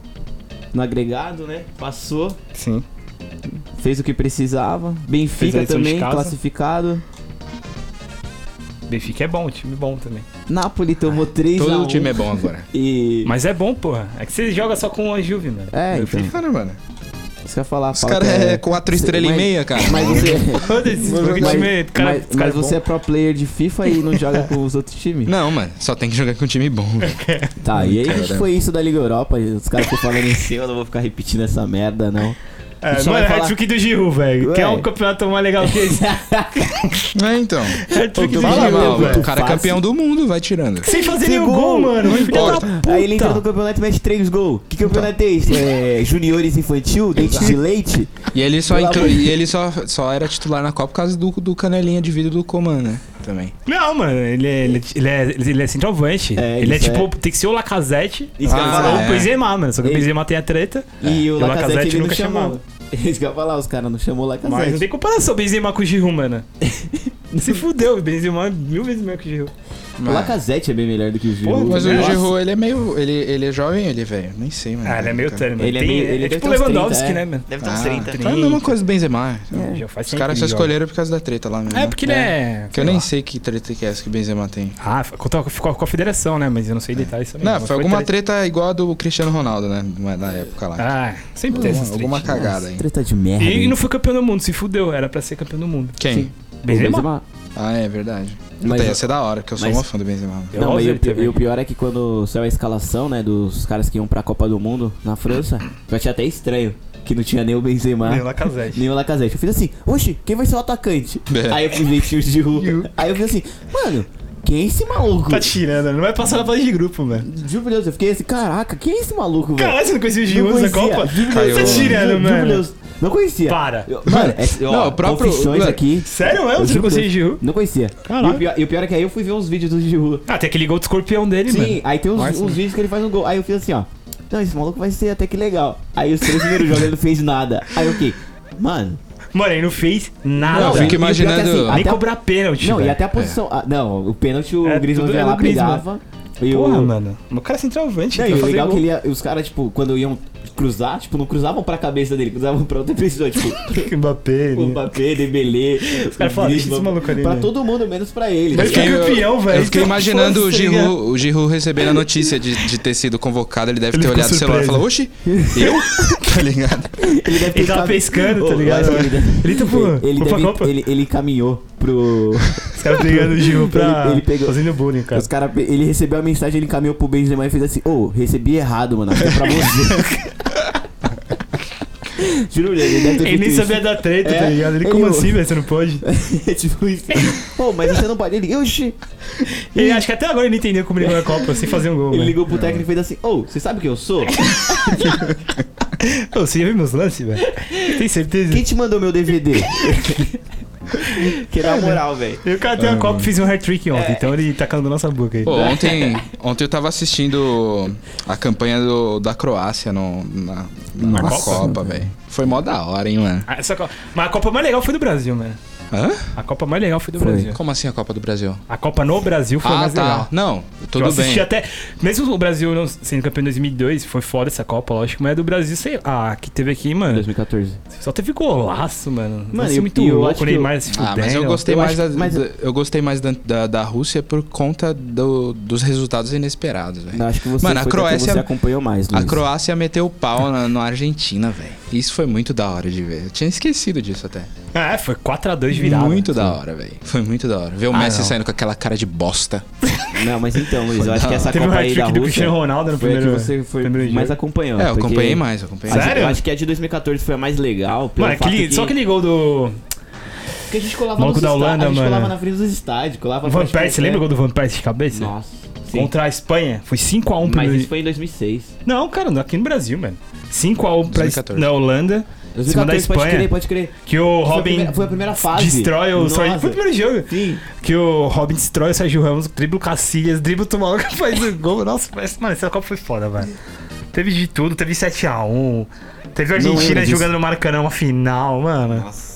[SPEAKER 3] no agregado, né? Passou,
[SPEAKER 1] Sim.
[SPEAKER 3] fez o que precisava. Benfica
[SPEAKER 1] lição de
[SPEAKER 3] também,
[SPEAKER 1] casa.
[SPEAKER 3] classificado.
[SPEAKER 1] Benfica é bom, time bom também.
[SPEAKER 3] Napoli tomou 3 a 1
[SPEAKER 2] Todo o time é bom agora.
[SPEAKER 3] E.
[SPEAKER 1] Mas é bom, porra. É que você joga só com a Juve, mano.
[SPEAKER 3] É,
[SPEAKER 1] Meu
[SPEAKER 3] então.
[SPEAKER 1] filho.
[SPEAKER 2] Cara, mano.
[SPEAKER 3] Isso que eu ia falar.
[SPEAKER 2] Os
[SPEAKER 3] fala
[SPEAKER 2] caras
[SPEAKER 3] que
[SPEAKER 2] é quatro estrelas e
[SPEAKER 3] Mas-
[SPEAKER 2] meia, cara.
[SPEAKER 3] [laughs] Mas você.
[SPEAKER 1] Foda-se,
[SPEAKER 2] Mas-
[SPEAKER 1] joga de
[SPEAKER 3] mas,
[SPEAKER 1] time, cara,
[SPEAKER 3] mas-
[SPEAKER 1] cara
[SPEAKER 3] mas você é pro player de FIFA e não joga com os outros
[SPEAKER 1] [laughs]
[SPEAKER 3] times?
[SPEAKER 2] Não, mano. Só tem que jogar com um time bom. velho.
[SPEAKER 3] Tá, e aí
[SPEAKER 2] Caramba.
[SPEAKER 3] foi isso da Liga Europa. Os caras que falando em cima, eu não vou ficar repetindo essa merda, [laughs] não.
[SPEAKER 1] É,
[SPEAKER 3] Só
[SPEAKER 1] mano,
[SPEAKER 3] vai
[SPEAKER 1] é
[SPEAKER 3] falar-
[SPEAKER 1] hat-trick do Giroud, velho.
[SPEAKER 3] Ué.
[SPEAKER 1] Quer um campeonato mais legal
[SPEAKER 3] [laughs]
[SPEAKER 1] que esse?
[SPEAKER 2] É, então.
[SPEAKER 1] Hat-trick do
[SPEAKER 3] Fala
[SPEAKER 2] Fala
[SPEAKER 1] Giroud,
[SPEAKER 2] mal,
[SPEAKER 3] Giroud, muito
[SPEAKER 2] velho.
[SPEAKER 1] velho.
[SPEAKER 2] O cara é
[SPEAKER 3] fácil.
[SPEAKER 2] campeão do mundo, vai tirando.
[SPEAKER 1] Sem fazer
[SPEAKER 3] Que
[SPEAKER 1] nenhum gol, mano. Filho da
[SPEAKER 2] importa.
[SPEAKER 1] puta.
[SPEAKER 3] Aí ele entra no campeonato e mete três gols. Que campeonato é esse? É, juniores infantil? Dente de leite?
[SPEAKER 2] E ele só,
[SPEAKER 3] Pelo
[SPEAKER 2] entrou-
[SPEAKER 3] amor de
[SPEAKER 2] e ele só, só era titular na Copa por causa do, do canelinha de vidro do Coman, né? Também.
[SPEAKER 1] Não, mano, ele é, ele é- ele é, ele é centroavante.
[SPEAKER 3] É,
[SPEAKER 1] ele é
[SPEAKER 3] isso
[SPEAKER 1] tipo, tem que ser o Lacazette
[SPEAKER 3] Isso que eu ia
[SPEAKER 2] Ah,
[SPEAKER 1] ou
[SPEAKER 3] falar.
[SPEAKER 1] o Benzema, mano. Só que o
[SPEAKER 3] Ele-
[SPEAKER 1] Benzema tem a treta.
[SPEAKER 3] É. E o
[SPEAKER 1] E o Lacazette
[SPEAKER 3] Lacazette ele não
[SPEAKER 1] nunca
[SPEAKER 3] chamou.
[SPEAKER 1] chamava.
[SPEAKER 3] [laughs] Isso que eu ia falar, os caras não chamou o
[SPEAKER 1] Mas não
[SPEAKER 3] Lacazette.
[SPEAKER 1] tem comparação Benzema com o Giroud,
[SPEAKER 3] [laughs]
[SPEAKER 1] mano. Se fudeu, o Benzema é mil vezes melhor que o Giroud.
[SPEAKER 3] O Lacazette é bem melhor do que o Giroud.
[SPEAKER 2] Mas o
[SPEAKER 1] Nossa.
[SPEAKER 2] Giroud, ele é meio. Ele, ele é jovem, ele, é velho. Nem sei, mano.
[SPEAKER 1] Ah, ele é meio
[SPEAKER 2] Cara.
[SPEAKER 1] tânio, mano.
[SPEAKER 3] Ele é
[SPEAKER 1] Tem-
[SPEAKER 3] meio- ele
[SPEAKER 1] é
[SPEAKER 3] deve
[SPEAKER 1] tipo
[SPEAKER 3] ter uns
[SPEAKER 1] Lewandowski,
[SPEAKER 3] 30,
[SPEAKER 1] né,
[SPEAKER 3] é.
[SPEAKER 1] mano?
[SPEAKER 5] Deve ter uns
[SPEAKER 2] Ah,
[SPEAKER 5] 30.
[SPEAKER 2] É a mesma coisa do Benzema.
[SPEAKER 1] Já faz
[SPEAKER 2] Os
[SPEAKER 1] tempo que
[SPEAKER 2] caras só
[SPEAKER 1] ele É, joga.
[SPEAKER 2] escolheram por causa da treta lá mesmo.
[SPEAKER 1] É,
[SPEAKER 2] né?
[SPEAKER 1] porque ele é...
[SPEAKER 2] Que eu
[SPEAKER 1] sei
[SPEAKER 2] nem
[SPEAKER 1] lá.
[SPEAKER 2] sei que treta que é essa que o Benzema tem.
[SPEAKER 1] Ah, contou com, com a federação, né? Mas eu não sei detalhes também.
[SPEAKER 2] Não,
[SPEAKER 1] mas
[SPEAKER 2] foi alguma
[SPEAKER 1] treta.
[SPEAKER 2] treta igual a do Cristiano Ronaldo, né? Não é Da época lá.
[SPEAKER 1] Ah, sempre tem essas
[SPEAKER 2] Alguma, alguma
[SPEAKER 1] tretas.
[SPEAKER 2] cagada aí.
[SPEAKER 3] Treta de merda.
[SPEAKER 1] E
[SPEAKER 3] é hein?
[SPEAKER 1] não foi campeão do mundo, se fudeu. Era pra ser campeão do mundo.
[SPEAKER 2] Quem?
[SPEAKER 3] O
[SPEAKER 1] Benzema?
[SPEAKER 2] Ah, é verdade.
[SPEAKER 3] Mas-
[SPEAKER 2] Puta, ia ser da hora, que eu sou
[SPEAKER 3] mas-
[SPEAKER 2] uma fã do Benzema.
[SPEAKER 1] Eu
[SPEAKER 3] Não,
[SPEAKER 1] gosto
[SPEAKER 3] mas e
[SPEAKER 1] dele
[SPEAKER 3] o,
[SPEAKER 1] também.
[SPEAKER 3] e o pior é que quando saiu a escalação, né, dos caras que iam pra Copa do Mundo na França, eu achei até estranho que não tinha nem o Benzema,
[SPEAKER 1] Nem o Lacazette.
[SPEAKER 3] nem o Lacazette. Eu fiz assim, oxe, quem vai ser o atacante?
[SPEAKER 2] [laughs] É.
[SPEAKER 3] Aí eu fiz ver
[SPEAKER 1] [laughs]
[SPEAKER 3] o Giroud. Aí eu fiz assim, mano, quem é esse maluco?
[SPEAKER 1] Tá tirando, não vai passar na fase de grupo, mano.
[SPEAKER 3] Juro por Deus, eu fiquei assim, caraca, quem é esse maluco, velho?
[SPEAKER 1] Caralho, você não conhecia o
[SPEAKER 3] Não
[SPEAKER 1] Giroud na
[SPEAKER 3] conhecia,
[SPEAKER 1] Copa?
[SPEAKER 3] juro por
[SPEAKER 1] Tá
[SPEAKER 2] Caiu.
[SPEAKER 3] Deus,
[SPEAKER 1] tirando,
[SPEAKER 3] juro por
[SPEAKER 1] mano.
[SPEAKER 3] Deus, Não conhecia.
[SPEAKER 1] Para.
[SPEAKER 3] Eu- Mano, é, ó,
[SPEAKER 2] Não, o próprio-
[SPEAKER 3] confissões
[SPEAKER 2] mano,
[SPEAKER 3] aqui.
[SPEAKER 1] Sério
[SPEAKER 3] Eu
[SPEAKER 1] mesmo? Você
[SPEAKER 3] juro
[SPEAKER 1] não
[SPEAKER 3] por
[SPEAKER 1] conhecia o
[SPEAKER 3] Deus,
[SPEAKER 1] Giroud?
[SPEAKER 3] Não conhecia. E
[SPEAKER 1] Caralho.
[SPEAKER 3] o, pior, e o pior é que aí eu fui ver uns vídeos do Giroud.
[SPEAKER 1] Ah, tem aquele gol do escorpião dele,
[SPEAKER 3] Sim,
[SPEAKER 1] mano.
[SPEAKER 3] aí tem uns,
[SPEAKER 1] Nossa,
[SPEAKER 3] uns
[SPEAKER 1] né?
[SPEAKER 3] vídeos que ele faz um gol. Aí eu fiz assim, ó. Não, esse maluco vai ser até que legal. Aí os três primeiros jogos ele não fez nada. Aí eu fiquei, mano.
[SPEAKER 1] Mano, ele Ah, não fez
[SPEAKER 2] Não,
[SPEAKER 1] nada.
[SPEAKER 2] eu fico
[SPEAKER 3] e o pior é que,
[SPEAKER 2] imaginando-
[SPEAKER 3] assim,
[SPEAKER 1] Nem
[SPEAKER 3] até a-
[SPEAKER 1] cobrar pênalti.
[SPEAKER 3] Não, e
[SPEAKER 1] velho.
[SPEAKER 3] até a posição. ah, não, o pênalti o
[SPEAKER 1] É,
[SPEAKER 3] Griezmann
[SPEAKER 1] tudo
[SPEAKER 3] veio
[SPEAKER 1] era
[SPEAKER 3] lá,
[SPEAKER 1] do Griezmann.
[SPEAKER 3] pegava. E
[SPEAKER 1] Porra,
[SPEAKER 3] o...
[SPEAKER 1] mano. O cara é centroavante.
[SPEAKER 3] Não,
[SPEAKER 1] ele
[SPEAKER 3] e o
[SPEAKER 1] vai
[SPEAKER 3] legal é que
[SPEAKER 1] fazer
[SPEAKER 3] ele ia- os caras, tipo, quando iam cruzar, tipo, não cruzavam pra cabeça dele, cruzavam pra outra
[SPEAKER 1] [laughs]
[SPEAKER 3] pessoa, tipo,
[SPEAKER 1] gol. Que Mbappé,
[SPEAKER 3] o
[SPEAKER 1] né?
[SPEAKER 3] Mbappé, Dembélé, os
[SPEAKER 1] caras falaram, "Deixa esse maluco ali,
[SPEAKER 3] Pra
[SPEAKER 1] né?"
[SPEAKER 3] todo mundo, menos pra ele.
[SPEAKER 1] Mas
[SPEAKER 3] tá ligado?
[SPEAKER 1] fiquei campeão, velho.
[SPEAKER 2] Eu fiquei
[SPEAKER 1] Então,
[SPEAKER 2] imaginando o
[SPEAKER 1] foda-se,
[SPEAKER 2] Giroud,
[SPEAKER 1] né?
[SPEAKER 2] o Giroud recebendo a notícia de, de ter sido convocado. Ele deve
[SPEAKER 1] Ele
[SPEAKER 2] ter
[SPEAKER 1] ficou
[SPEAKER 2] olhado o celular e falou: Oxi,
[SPEAKER 1] [laughs]
[SPEAKER 2] eu? tá ligado?
[SPEAKER 3] Ele deve
[SPEAKER 1] Ele tava
[SPEAKER 3] cami-
[SPEAKER 1] pescando, tá
[SPEAKER 3] Ô,
[SPEAKER 1] ligado?
[SPEAKER 3] mas Ele, deve-
[SPEAKER 1] Ele tá pro-
[SPEAKER 3] ele,
[SPEAKER 1] foi pra
[SPEAKER 3] deve-
[SPEAKER 1] Copa.
[SPEAKER 3] ele, ele caminhou pro.
[SPEAKER 1] Os caras pegando o Giroud pra...
[SPEAKER 3] [laughs] Ele- ele pegou-
[SPEAKER 1] Fazendo bullying, cara.
[SPEAKER 3] Os cara, ele recebeu a mensagem, ele caminhou pro Benzema e fez assim: Ô, recebi errado, mano. Foi pra
[SPEAKER 1] [laughs]
[SPEAKER 3] você. Juro, ele deve ter
[SPEAKER 1] Ele nem
[SPEAKER 3] feito
[SPEAKER 1] sabia da treta,
[SPEAKER 3] É,
[SPEAKER 1] tá ligado? Ele,
[SPEAKER 3] ele-
[SPEAKER 1] como assim, velho? Você não pode?
[SPEAKER 3] isso. É [laughs] tipo isso. Pô, mas você não pode. Ele, oxi.
[SPEAKER 1] Ele, acho que até agora ele não entendeu como ligou na Copa sem fazer um gol,
[SPEAKER 3] Ele
[SPEAKER 1] velho.
[SPEAKER 3] ligou pro técnico e fez assim: Ô, você sabe quem eu sou?
[SPEAKER 1] Ô, você já viu meus lances, velho? Tem certeza?
[SPEAKER 3] Quem te mandou
[SPEAKER 1] [laughs]
[SPEAKER 3] meu DVD? que na moral, velho.
[SPEAKER 1] Eu catei a
[SPEAKER 2] Ah,
[SPEAKER 1] Copa
[SPEAKER 2] mano.
[SPEAKER 1] e fiz um hat-trick ontem, então ele tá calando nossa boca aí.
[SPEAKER 2] Pô,
[SPEAKER 1] [laughs]
[SPEAKER 2] ontem, ontem eu tava assistindo a campanha do- da Croácia no- na,
[SPEAKER 1] Na
[SPEAKER 2] na, Copa,
[SPEAKER 1] Copa? né?
[SPEAKER 2] velho. Foi mó da hora, hein, mano.
[SPEAKER 1] Ah, essa Co- Mas a Copa mais legal foi do Brasil, mano.
[SPEAKER 2] Hã?
[SPEAKER 1] A Copa mais legal foi do
[SPEAKER 3] Foi.
[SPEAKER 1] Brasil.
[SPEAKER 2] Como assim a Copa do Brasil?
[SPEAKER 1] A Copa no Brasil foi a
[SPEAKER 2] ah,
[SPEAKER 1] mais
[SPEAKER 2] tá.
[SPEAKER 1] legal.
[SPEAKER 2] Não,
[SPEAKER 1] eu
[SPEAKER 2] tudo
[SPEAKER 1] assisti
[SPEAKER 2] bem.
[SPEAKER 1] até. Mesmo o Brasil não sendo campeão em 2002, foi fora essa Copa, lógico, mas é do Brasil, sei lá, que teve aqui, mano.
[SPEAKER 3] 2014.
[SPEAKER 1] Só teve golaço, mano. Mano,
[SPEAKER 3] eu-
[SPEAKER 1] muito
[SPEAKER 3] e eu
[SPEAKER 1] louco,
[SPEAKER 3] acho
[SPEAKER 1] o
[SPEAKER 3] que eu-
[SPEAKER 1] Neymar se
[SPEAKER 2] Ah, mas
[SPEAKER 1] fudendo.
[SPEAKER 2] eu gostei
[SPEAKER 3] Eu
[SPEAKER 2] mais,
[SPEAKER 3] acho-
[SPEAKER 2] da,
[SPEAKER 3] mas-
[SPEAKER 2] da- eu gostei mais da, da, da Rússia por conta do- dos resultados inesperados, velho.
[SPEAKER 3] Não, acho que você,
[SPEAKER 2] Mano, a
[SPEAKER 3] foi da que
[SPEAKER 2] Croácia-
[SPEAKER 3] você acompanhou mais,
[SPEAKER 2] A
[SPEAKER 3] Luiz.
[SPEAKER 2] Croácia meteu o pau na, na Argentina, velho. Isso foi muito da hora de ver. Eu tinha esquecido disso até.
[SPEAKER 1] É, foi 4x2 virado.
[SPEAKER 2] muito da hora, velho. Foi muito da hora. Ver o
[SPEAKER 1] Ah,
[SPEAKER 2] Messi
[SPEAKER 1] não.
[SPEAKER 2] saindo com aquela cara de bosta.
[SPEAKER 3] Não, mas então, Luiz, eu acho que essa
[SPEAKER 1] Teve um
[SPEAKER 3] Copa aí da
[SPEAKER 1] hat-trick do
[SPEAKER 3] Rússia.
[SPEAKER 1] Cristiano Ronaldo no
[SPEAKER 3] Foi a que
[SPEAKER 1] primeiro.
[SPEAKER 3] você foi
[SPEAKER 1] primeiro
[SPEAKER 3] mais
[SPEAKER 1] jogo.
[SPEAKER 3] acompanhou.
[SPEAKER 2] é, eu
[SPEAKER 3] porque
[SPEAKER 2] acompanhei mais, eu acompanhei
[SPEAKER 3] a de-
[SPEAKER 1] Sério?
[SPEAKER 3] Eu acho que a de 2014 foi a mais legal. pelo
[SPEAKER 1] Mano, é
[SPEAKER 3] fato
[SPEAKER 1] aquele,
[SPEAKER 3] que-
[SPEAKER 1] só aquele gol do.
[SPEAKER 3] Porque a gente colava
[SPEAKER 1] Maluco
[SPEAKER 3] nos
[SPEAKER 1] da
[SPEAKER 3] estádios,
[SPEAKER 1] Holanda,
[SPEAKER 3] a gente
[SPEAKER 1] mano.
[SPEAKER 3] colava na frente dos estádios, colava
[SPEAKER 1] Van
[SPEAKER 3] pra-
[SPEAKER 1] Persie, lembra o gol do Van Persie de cabeça?
[SPEAKER 3] Nossa. Sim.
[SPEAKER 1] Contra a Espanha, foi 5x1 pro
[SPEAKER 3] Mas
[SPEAKER 1] Brasil.
[SPEAKER 3] isso foi em 2006.
[SPEAKER 1] Não, cara, aqui no Brasil, mano. 5x1 pra
[SPEAKER 2] 2014.
[SPEAKER 1] na Holanda, em cima da
[SPEAKER 3] 2014, pode
[SPEAKER 1] Espanha,
[SPEAKER 3] crer, pode crer.
[SPEAKER 1] que o
[SPEAKER 3] Foi a
[SPEAKER 1] Robin
[SPEAKER 3] primeira- foi a primeira fase.
[SPEAKER 1] destrói o
[SPEAKER 3] Nossa.
[SPEAKER 1] Sérgio... Foi o primeiro jogo.
[SPEAKER 3] Sim.
[SPEAKER 1] Que o Robin destrói o Sérgio Ramos, dribla o Cacilhas, dribla o [laughs] Tumaluca, faz o gol. Nossa, mas, mano, essa Copa foi foda, velho. Teve de tudo, teve 7x1, teve a
[SPEAKER 2] Não lembro
[SPEAKER 1] Argentina
[SPEAKER 2] disso.
[SPEAKER 1] jogando no Maracanã uma final, mano.
[SPEAKER 5] Nossa.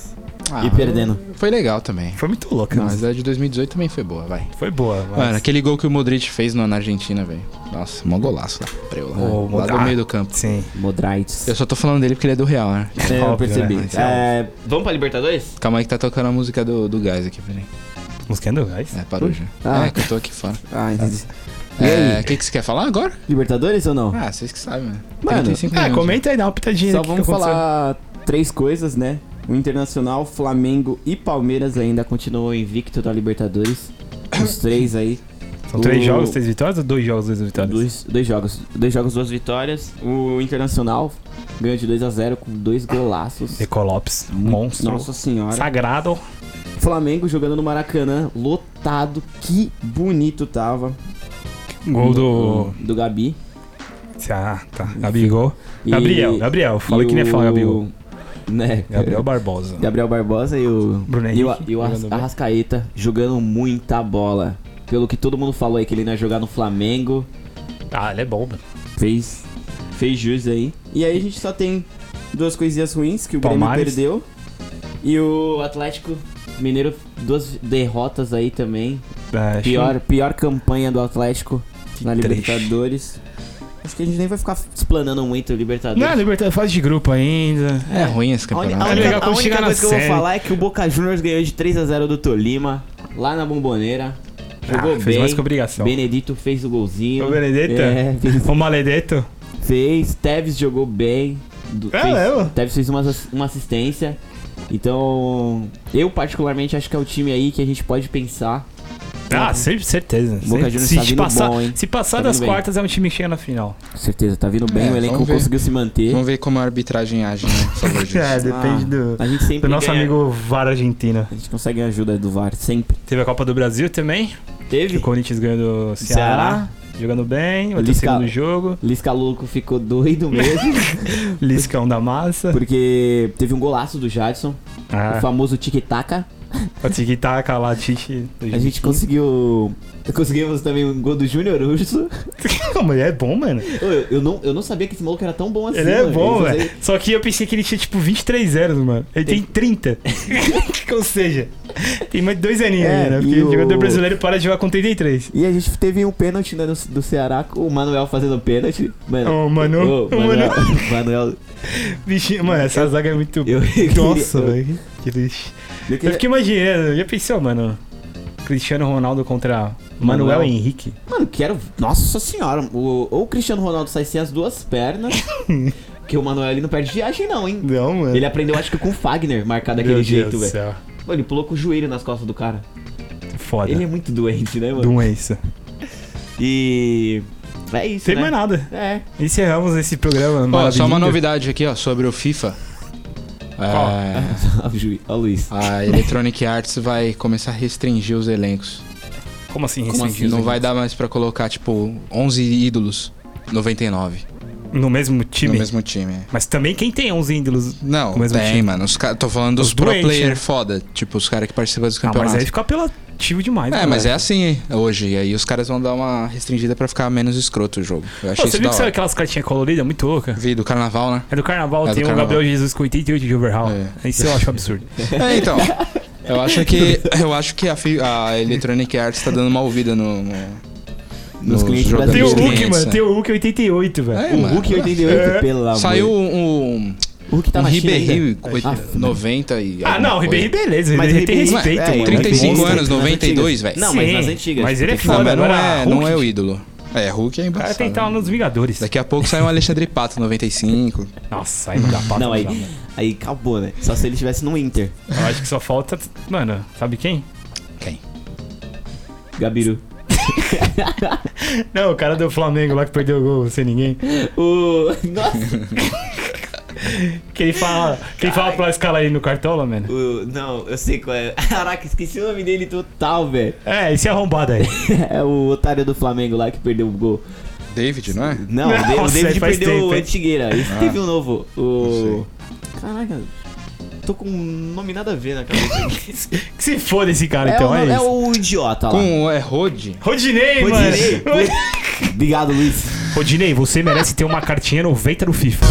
[SPEAKER 2] Ah,
[SPEAKER 3] E perdendo.
[SPEAKER 2] Foi legal também.
[SPEAKER 1] Foi muito louco,
[SPEAKER 2] Não,
[SPEAKER 1] mas
[SPEAKER 2] mas a de 2018 também foi boa, vai.
[SPEAKER 1] foi boa, mas...
[SPEAKER 2] Mano, aquele gol que o Modric fez no- na Argentina, velho. Nossa, mó golaço lá. Preu, lá,
[SPEAKER 1] Ô,
[SPEAKER 2] lá
[SPEAKER 1] Modric.
[SPEAKER 2] do meio do campo.
[SPEAKER 1] Sim.
[SPEAKER 3] Modrites.
[SPEAKER 2] Eu só tô falando dele porque ele é do Real, né?
[SPEAKER 3] É,
[SPEAKER 1] óbvio,
[SPEAKER 3] eu percebi.
[SPEAKER 1] né? Mas é
[SPEAKER 3] É,
[SPEAKER 5] Vamos pra Libertadores?
[SPEAKER 2] Calma aí que tá tocando a música do, do gás aqui, peraí.
[SPEAKER 1] Música do gás.
[SPEAKER 2] É, parou já.
[SPEAKER 3] Ah.
[SPEAKER 2] É, que eu tô aqui fora.
[SPEAKER 3] Ah, entendi.
[SPEAKER 2] É, o que, que você quer falar agora?
[SPEAKER 3] Libertadores ou não?
[SPEAKER 2] Ah, vocês que sabem, né?
[SPEAKER 3] Mano,
[SPEAKER 2] 35
[SPEAKER 1] É,
[SPEAKER 2] minutos.
[SPEAKER 1] comenta aí, dá uma pitadinha
[SPEAKER 3] Só
[SPEAKER 1] do que
[SPEAKER 3] vamos
[SPEAKER 1] que aconteceu.
[SPEAKER 3] falar três coisas, né? O Internacional, Flamengo e Palmeiras ainda continuam invicto da Libertadores. Os três aí.
[SPEAKER 1] São três
[SPEAKER 3] O-
[SPEAKER 1] jogos, três vitórias ou dois jogos, duas vitórias?
[SPEAKER 3] Então, Dois, dois jogos. Dois jogos, duas vitórias. O Internacional ganhou de 2x0 com dois golaços.
[SPEAKER 1] Deco Lopes, monstro.
[SPEAKER 3] Nossa senhora.
[SPEAKER 1] Sagrado.
[SPEAKER 3] Flamengo jogando no Maracanã, lotado. Que bonito tava.
[SPEAKER 1] Gol do.
[SPEAKER 3] Do Gabi.
[SPEAKER 1] Ah, tá. Gabigol.
[SPEAKER 3] E-
[SPEAKER 1] Gabriel, Gabriel. Fala
[SPEAKER 3] e
[SPEAKER 1] que nem fala
[SPEAKER 3] o-
[SPEAKER 1] Gabigol.
[SPEAKER 3] Né?
[SPEAKER 1] Gabriel Barbosa.
[SPEAKER 3] Gabriel Barbosa e o
[SPEAKER 1] Bruno
[SPEAKER 3] e o,
[SPEAKER 1] Henrique
[SPEAKER 3] e o
[SPEAKER 1] jogando
[SPEAKER 3] Arras-
[SPEAKER 1] bem.
[SPEAKER 3] Arrascaeta jogando muita bola. Pelo que todo mundo falou aí que ele não ia jogar no Flamengo,
[SPEAKER 1] Ah, ele é bom, mano.
[SPEAKER 3] fez fez jus aí. E aí a gente só tem duas coisinhas ruins que o Grêmio
[SPEAKER 1] Palmares.
[SPEAKER 3] perdeu e o Atlético Mineiro duas derrotas aí também.
[SPEAKER 1] É, acho-
[SPEAKER 3] Pior pior campanha do Atlético na
[SPEAKER 1] triste.
[SPEAKER 3] Libertadores. Acho que a gente nem vai ficar explanando muito o Libertadores.
[SPEAKER 1] Não, é Libertadores fase de grupo ainda.
[SPEAKER 2] É ruim esse
[SPEAKER 3] A, uni- a
[SPEAKER 2] campeonato.
[SPEAKER 1] legal
[SPEAKER 3] única, a
[SPEAKER 1] quando
[SPEAKER 3] única
[SPEAKER 1] chega na
[SPEAKER 3] coisa que eu vou
[SPEAKER 1] série.
[SPEAKER 3] falar é que o Boca Juniors ganhou de 3 a 0 do Tolima, lá na Bomboneira. Jogou
[SPEAKER 1] Ah,
[SPEAKER 3] bem.
[SPEAKER 1] fez mais que obrigação.
[SPEAKER 3] Benedito fez o golzinho.
[SPEAKER 1] O Benedetto?
[SPEAKER 3] É, fez,
[SPEAKER 1] O Maledeto?
[SPEAKER 3] fez. Tevez jogou bem. do-
[SPEAKER 1] É,
[SPEAKER 3] fez,
[SPEAKER 1] é, mano.
[SPEAKER 3] Tevez fez uma, ass- uma assistência. Então, eu particularmente acho que é o time aí que a gente pode pensar.
[SPEAKER 1] Ah, cer- certeza.
[SPEAKER 3] Boca
[SPEAKER 1] Cer-
[SPEAKER 3] Juniors
[SPEAKER 1] se,
[SPEAKER 3] tá
[SPEAKER 1] se
[SPEAKER 3] vindo
[SPEAKER 1] passar,
[SPEAKER 3] bom, hein?
[SPEAKER 1] se passar
[SPEAKER 3] Tá
[SPEAKER 1] das
[SPEAKER 3] vindo bem.
[SPEAKER 1] quartas, é um time que chega na final.
[SPEAKER 3] Com certeza, tá vindo bem,
[SPEAKER 2] É,
[SPEAKER 3] o elenco
[SPEAKER 2] vamos ver.
[SPEAKER 3] conseguiu se manter.
[SPEAKER 2] Vamos ver como a arbitragem age, né? Por favor
[SPEAKER 1] [laughs]
[SPEAKER 2] disso.
[SPEAKER 1] [laughs] É, depende
[SPEAKER 3] Ah,
[SPEAKER 1] do,
[SPEAKER 3] A gente
[SPEAKER 1] do
[SPEAKER 3] sempre
[SPEAKER 1] nosso
[SPEAKER 3] ganha.
[SPEAKER 1] amigo VAR Argentina.
[SPEAKER 3] A gente consegue a ajuda do VAR, sempre.
[SPEAKER 1] Teve a Copa do Brasil também.
[SPEAKER 3] Teve?
[SPEAKER 1] O Corinthians ganhou do Ceará.
[SPEAKER 3] Ceará.
[SPEAKER 1] Jogando bem, vai ter o
[SPEAKER 3] Lisca-
[SPEAKER 1] segundo jogo.
[SPEAKER 3] Lisca Louco ficou doido mesmo.
[SPEAKER 1] [laughs] Liscão da massa.
[SPEAKER 3] Porque teve um golaço do Jadson, o
[SPEAKER 1] Ah,
[SPEAKER 3] famoso tic-taca.
[SPEAKER 1] o tic-tac, lá, Tite.
[SPEAKER 3] A gente conseguiu. Conseguimos também um gol do Júnior Urso.
[SPEAKER 1] Não, mas ele é bom, mano.
[SPEAKER 3] Eu, eu não, eu não sabia que esse maluco era tão bom assim.
[SPEAKER 1] Ele é
[SPEAKER 3] mano.
[SPEAKER 1] bom,
[SPEAKER 3] Ele-
[SPEAKER 1] velho. Só que eu pensei que ele tinha, tipo, 23 anos, mano. Ele tem,
[SPEAKER 3] [laughs]
[SPEAKER 1] 30. Ou seja, tem mais dois aninhos
[SPEAKER 3] É,
[SPEAKER 1] aí, né?
[SPEAKER 3] e
[SPEAKER 1] Porque
[SPEAKER 3] o-
[SPEAKER 1] jogador brasileiro para de jogar com 33.
[SPEAKER 3] E a gente teve um pênalti né, do, do Ceará, com o Manuel fazendo pênalti. Mano,
[SPEAKER 1] Ô, Manu,
[SPEAKER 3] ô,
[SPEAKER 1] ô,
[SPEAKER 3] Manuel, [laughs] Manuel,
[SPEAKER 1] Bichinho, mano, essa zaga é muito.
[SPEAKER 3] eu- [laughs] eu
[SPEAKER 1] Nossa,
[SPEAKER 3] queria-
[SPEAKER 1] velho. Que triste.
[SPEAKER 3] eu
[SPEAKER 1] Eu
[SPEAKER 3] queria-
[SPEAKER 1] fiquei imaginando, já pensou, mano? Cristiano Ronaldo contra Manuel
[SPEAKER 3] Manuel.
[SPEAKER 1] Henrique.
[SPEAKER 3] Mano, quero. Nossa senhora, o, ou o Cristiano Ronaldo sai sem as
[SPEAKER 1] [laughs]
[SPEAKER 3] duas pernas. porque o Manuel ele não perde viagem, não, hein?
[SPEAKER 1] Não, mano.
[SPEAKER 3] Ele aprendeu, acho que com o Fagner, marcar daquele jeito, velho. Mano, ele pulou com o joelho nas costas do cara.
[SPEAKER 1] Foda.
[SPEAKER 3] Ele é muito doente, né, mano?
[SPEAKER 1] Doença.
[SPEAKER 3] E. É isso.
[SPEAKER 1] Tem
[SPEAKER 3] né?
[SPEAKER 1] mais nada.
[SPEAKER 3] É. [laughs]
[SPEAKER 1] Encerramos esse programa.
[SPEAKER 2] Ó, só uma
[SPEAKER 1] maravilhoso.
[SPEAKER 2] novidade aqui, ó, sobre o FIFA. É,
[SPEAKER 3] Ó, o Ju- ó, o Luiz.
[SPEAKER 2] a Electronic Arts vai começar a restringir os elencos.
[SPEAKER 1] Como assim,
[SPEAKER 3] Como
[SPEAKER 1] restringido?
[SPEAKER 2] Não vai dar mais pra colocar, tipo, 11 ídolos, 99,
[SPEAKER 1] No mesmo time?
[SPEAKER 2] no mesmo time. é.
[SPEAKER 1] Mas também quem tem 11 ídolos.
[SPEAKER 2] Não,
[SPEAKER 1] No mesmo
[SPEAKER 2] tem,
[SPEAKER 1] time.
[SPEAKER 2] mano. Os ca... Tô falando dos
[SPEAKER 1] Os
[SPEAKER 2] pro
[SPEAKER 1] doentes,
[SPEAKER 2] player
[SPEAKER 1] né?
[SPEAKER 2] foda, tipo, os caras que participam dos
[SPEAKER 1] Ah,
[SPEAKER 2] campeonatos.
[SPEAKER 1] mas aí fica apelativo demais,
[SPEAKER 2] É,
[SPEAKER 1] né,
[SPEAKER 2] mas é
[SPEAKER 1] velho?
[SPEAKER 2] assim hoje. E aí os caras vão dar uma restringida pra ficar menos escroto o jogo. Eu achei
[SPEAKER 1] Pô, você
[SPEAKER 2] isso
[SPEAKER 1] viu
[SPEAKER 2] é da
[SPEAKER 1] que saiu
[SPEAKER 2] hora.
[SPEAKER 1] aquelas cartinhas coloridas? É Muito louca.
[SPEAKER 2] Vi do carnaval, né?
[SPEAKER 1] É do carnaval,
[SPEAKER 2] É do
[SPEAKER 1] tem o
[SPEAKER 2] carnaval.
[SPEAKER 1] Gabriel Jesus com 88 de overhaul.
[SPEAKER 2] É.
[SPEAKER 1] Isso eu acho
[SPEAKER 2] [laughs]
[SPEAKER 1] absurdo.
[SPEAKER 2] É, então. Eu acho que, [laughs] eu acho que a, fi- a Electronic Arts tá dando uma ouvida no. no-
[SPEAKER 3] Nos clientes
[SPEAKER 2] jogadores
[SPEAKER 1] tem o
[SPEAKER 3] brasileiros.
[SPEAKER 2] dos
[SPEAKER 1] Hulk,
[SPEAKER 2] clientes,
[SPEAKER 1] mano.
[SPEAKER 2] né?
[SPEAKER 1] Tem o Hulk 88, velho.
[SPEAKER 2] É,
[SPEAKER 3] O
[SPEAKER 2] mano.
[SPEAKER 3] Hulk 88,
[SPEAKER 1] É.
[SPEAKER 3] pelo amor.
[SPEAKER 2] Saiu um, um,
[SPEAKER 3] O Hulk tá
[SPEAKER 2] um
[SPEAKER 3] na China ainda.
[SPEAKER 2] Ribéry oit-
[SPEAKER 3] Ah,
[SPEAKER 2] 90 e.
[SPEAKER 1] Ah,
[SPEAKER 2] alguma
[SPEAKER 1] não, o Ribeirinho,
[SPEAKER 2] coisa.
[SPEAKER 1] beleza. O
[SPEAKER 3] Mas
[SPEAKER 1] Ribeirinho tem
[SPEAKER 3] o Ribeirinho-
[SPEAKER 1] respeito,
[SPEAKER 3] é,
[SPEAKER 1] mano.
[SPEAKER 3] ele
[SPEAKER 2] 35
[SPEAKER 3] Ribéry-
[SPEAKER 2] anos, 92,
[SPEAKER 3] Nas
[SPEAKER 2] velho.
[SPEAKER 3] Não, mas
[SPEAKER 1] Sim,
[SPEAKER 3] nas antigas.
[SPEAKER 1] Mas ele é
[SPEAKER 2] Não,
[SPEAKER 1] foda,
[SPEAKER 2] mas não
[SPEAKER 1] agora
[SPEAKER 2] é,
[SPEAKER 1] Hulk, um-
[SPEAKER 2] não é o ídolo. É, Hulk
[SPEAKER 1] O cara
[SPEAKER 2] é embaçado.
[SPEAKER 1] tem que estar nos Vingadores.
[SPEAKER 2] Daqui a pouco sai uma Alexandre Pato, 95.
[SPEAKER 1] Nossa, aí não dá pata.
[SPEAKER 3] Não, aí,
[SPEAKER 1] dá, mano.
[SPEAKER 3] aí acabou, né? Só se ele estivesse no Inter.
[SPEAKER 1] Eu acho que só falta. Mano, sabe quem?
[SPEAKER 2] Quem?
[SPEAKER 3] [laughs] Gabiru.
[SPEAKER 1] Não, o cara do Flamengo lá que perdeu o gol sem ninguém.
[SPEAKER 3] O. Nossa!
[SPEAKER 1] Que ele fala. Que ele fala pra escala aí no cartola, mano.
[SPEAKER 3] O- não, eu sei qual é. [laughs] Caraca, esqueci o nome dele total, velho.
[SPEAKER 1] É, esse arrombado aí.
[SPEAKER 3] É o otário do Flamengo lá que perdeu o gol.
[SPEAKER 2] David, não é?
[SPEAKER 3] Não,
[SPEAKER 1] Nossa,
[SPEAKER 3] o David
[SPEAKER 1] faz
[SPEAKER 3] perdeu
[SPEAKER 1] tempo,
[SPEAKER 3] o
[SPEAKER 1] hein?
[SPEAKER 3] Antigueira. E
[SPEAKER 2] Ah.
[SPEAKER 3] teve um novo. O.
[SPEAKER 2] Não
[SPEAKER 3] Caraca, tô com um nome nada a ver na [laughs] cabeça.
[SPEAKER 1] Que se foda esse cara,
[SPEAKER 3] é,
[SPEAKER 1] então,
[SPEAKER 3] o,
[SPEAKER 1] é,
[SPEAKER 3] nome- é
[SPEAKER 1] isso.
[SPEAKER 3] o idiota lá.
[SPEAKER 2] Com o é Rode.
[SPEAKER 1] Rodinei,
[SPEAKER 3] Rodinei.
[SPEAKER 1] mano.
[SPEAKER 3] Obrigado, Luiz.
[SPEAKER 1] Rodinei, você merece ter uma cartinha 90 no FIFA.